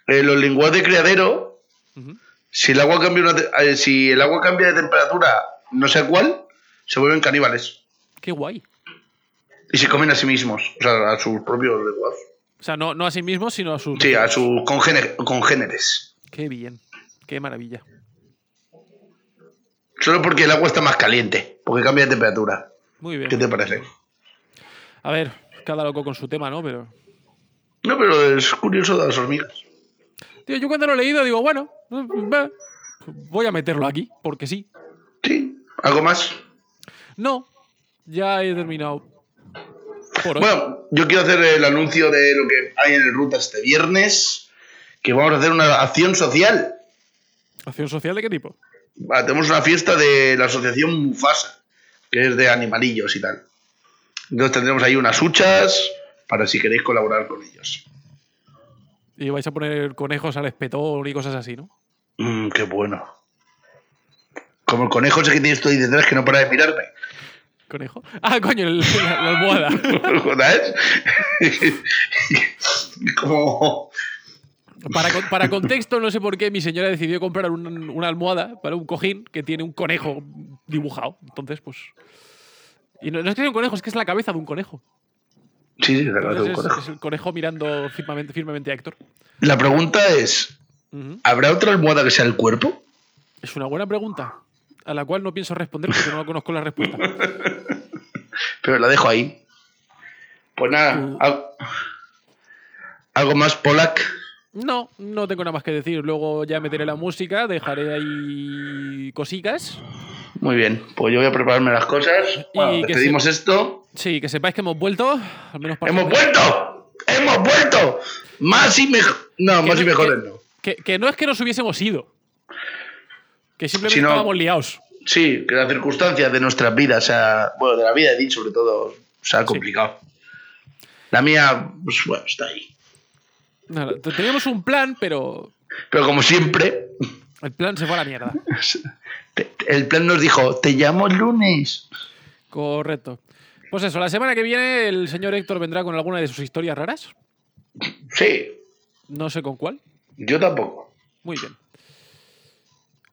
Speaker 4: Eh, los lenguados de criadero,
Speaker 3: Ujú.
Speaker 4: si el agua cambia una te- eh, si el agua cambia de temperatura, no sé cuál, se vuelven caníbales.
Speaker 3: Qué guay.
Speaker 4: Y se comen a sí mismos, o sea, a sus propios lenguados.
Speaker 3: O sea, no, no a sí mismos, sino a sus...
Speaker 4: Sí, a sus congéne- congéneres.
Speaker 3: Qué bien, qué maravilla.
Speaker 4: Solo porque el agua está más caliente, porque cambia de temperatura.
Speaker 3: Muy bien.
Speaker 4: ¿Qué te parece?
Speaker 3: A ver, cada loco con su tema, ¿no? Pero.
Speaker 4: No, pero es curioso de las hormigas.
Speaker 3: Tío, yo cuando lo he leído digo, bueno, va, voy a meterlo aquí, porque sí.
Speaker 4: Sí, algo más.
Speaker 3: No, ya he terminado. Por hoy.
Speaker 4: Bueno, yo quiero hacer el anuncio de lo que hay en el ruta este viernes, que vamos a hacer una acción social.
Speaker 3: ¿Acción social de qué tipo?
Speaker 4: Ah, tenemos una fiesta de la asociación Mufasa, que es de animalillos y tal. Entonces tendremos ahí unas huchas para si queréis colaborar con ellos.
Speaker 3: Y vais a poner conejos al espetón y cosas así, ¿no?
Speaker 4: Mmm, qué bueno. Como el conejo ese que tienes tú ahí detrás que no para de mirarme. (laughs)
Speaker 3: ¿Conejo? (laughs) Ah, coño, el- la, la almohada.
Speaker 4: ¿Sabes? (laughs) Como...
Speaker 3: Para, con- para contexto, no sé por qué mi señora decidió comprar un- una almohada, ¿vale? Un cojín que tiene un conejo dibujado. Entonces, pues. Y no, no es que sea un conejo, es que es la cabeza de un conejo.
Speaker 4: Sí, sí, la cabeza de un
Speaker 3: Entonces es,
Speaker 4: conejo.
Speaker 3: es el conejo mirando firmemente, firmemente a Héctor.
Speaker 4: La pregunta es,
Speaker 3: Ujú.
Speaker 4: ¿habrá otra almohada que sea el cuerpo?
Speaker 3: Es una buena pregunta, a la cual no pienso responder porque no conozco la respuesta.
Speaker 4: Pero la dejo ahí. Pues nada,
Speaker 3: Tú-
Speaker 4: al- algo más Polak.
Speaker 3: No, no tengo nada más que decir. Luego ya meteré la música, dejaré ahí cositas.
Speaker 4: Muy bien, pues yo voy a prepararme las cosas.
Speaker 3: Y
Speaker 4: Bueno,
Speaker 3: que
Speaker 4: despedimos esto.
Speaker 3: Sí, que sepáis que hemos vuelto, al menos para...
Speaker 4: ¡Hemos vuelto! ¡Hemos vuelto! Más y mejor. No,
Speaker 3: Que
Speaker 4: más y
Speaker 3: no-
Speaker 4: mejores no.
Speaker 3: Que, que no es que nos hubiésemos ido. Que simplemente
Speaker 4: Si no-
Speaker 3: estábamos liados.
Speaker 4: Sí, que las circunstancias de nuestras vidas, o sea, bueno, de la vida de Dean sobre todo, se ha complicado. La mía, pues bueno, está ahí.
Speaker 3: Nada, te- teníamos un plan, pero
Speaker 4: Pero como siempre,
Speaker 3: el plan se fue a la
Speaker 4: (laughs)
Speaker 3: mierda.
Speaker 4: te- te- el plan nos dijo, te llamo el lunes.
Speaker 3: Correcto. Pues eso, la semana que viene el señor Héctor vendrá con alguna de sus historias raras.
Speaker 4: Sí,
Speaker 3: No sé con cuál.
Speaker 4: yo tampoco.
Speaker 3: Muy bien.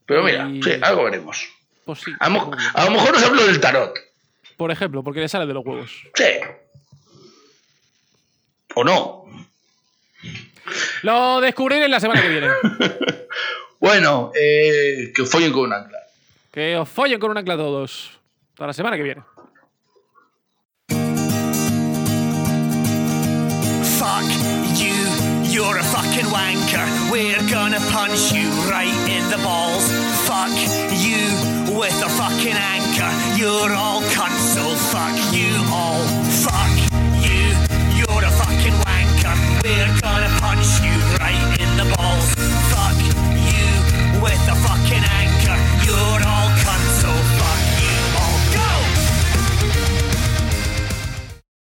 Speaker 4: Pero mira,
Speaker 3: Y-
Speaker 4: sí, algo veremos.
Speaker 3: Pues sí.
Speaker 4: A, mo-
Speaker 3: muy bien.
Speaker 4: a lo mejor os hablo del tarot.
Speaker 3: Por ejemplo, porque le sale de los huevos.
Speaker 4: Sí. O no.
Speaker 3: Lo descubriré en la semana que viene.
Speaker 4: Bueno, eh, que follen con un ancla.
Speaker 3: Que os follen con un ancla todos. Hasta la semana que viene.
Speaker 1: Fuck you, you're a fucking wanker. We're gonna punch you right in the balls. Fuck you with a fucking anchor. You're all cunts, so fuck you all.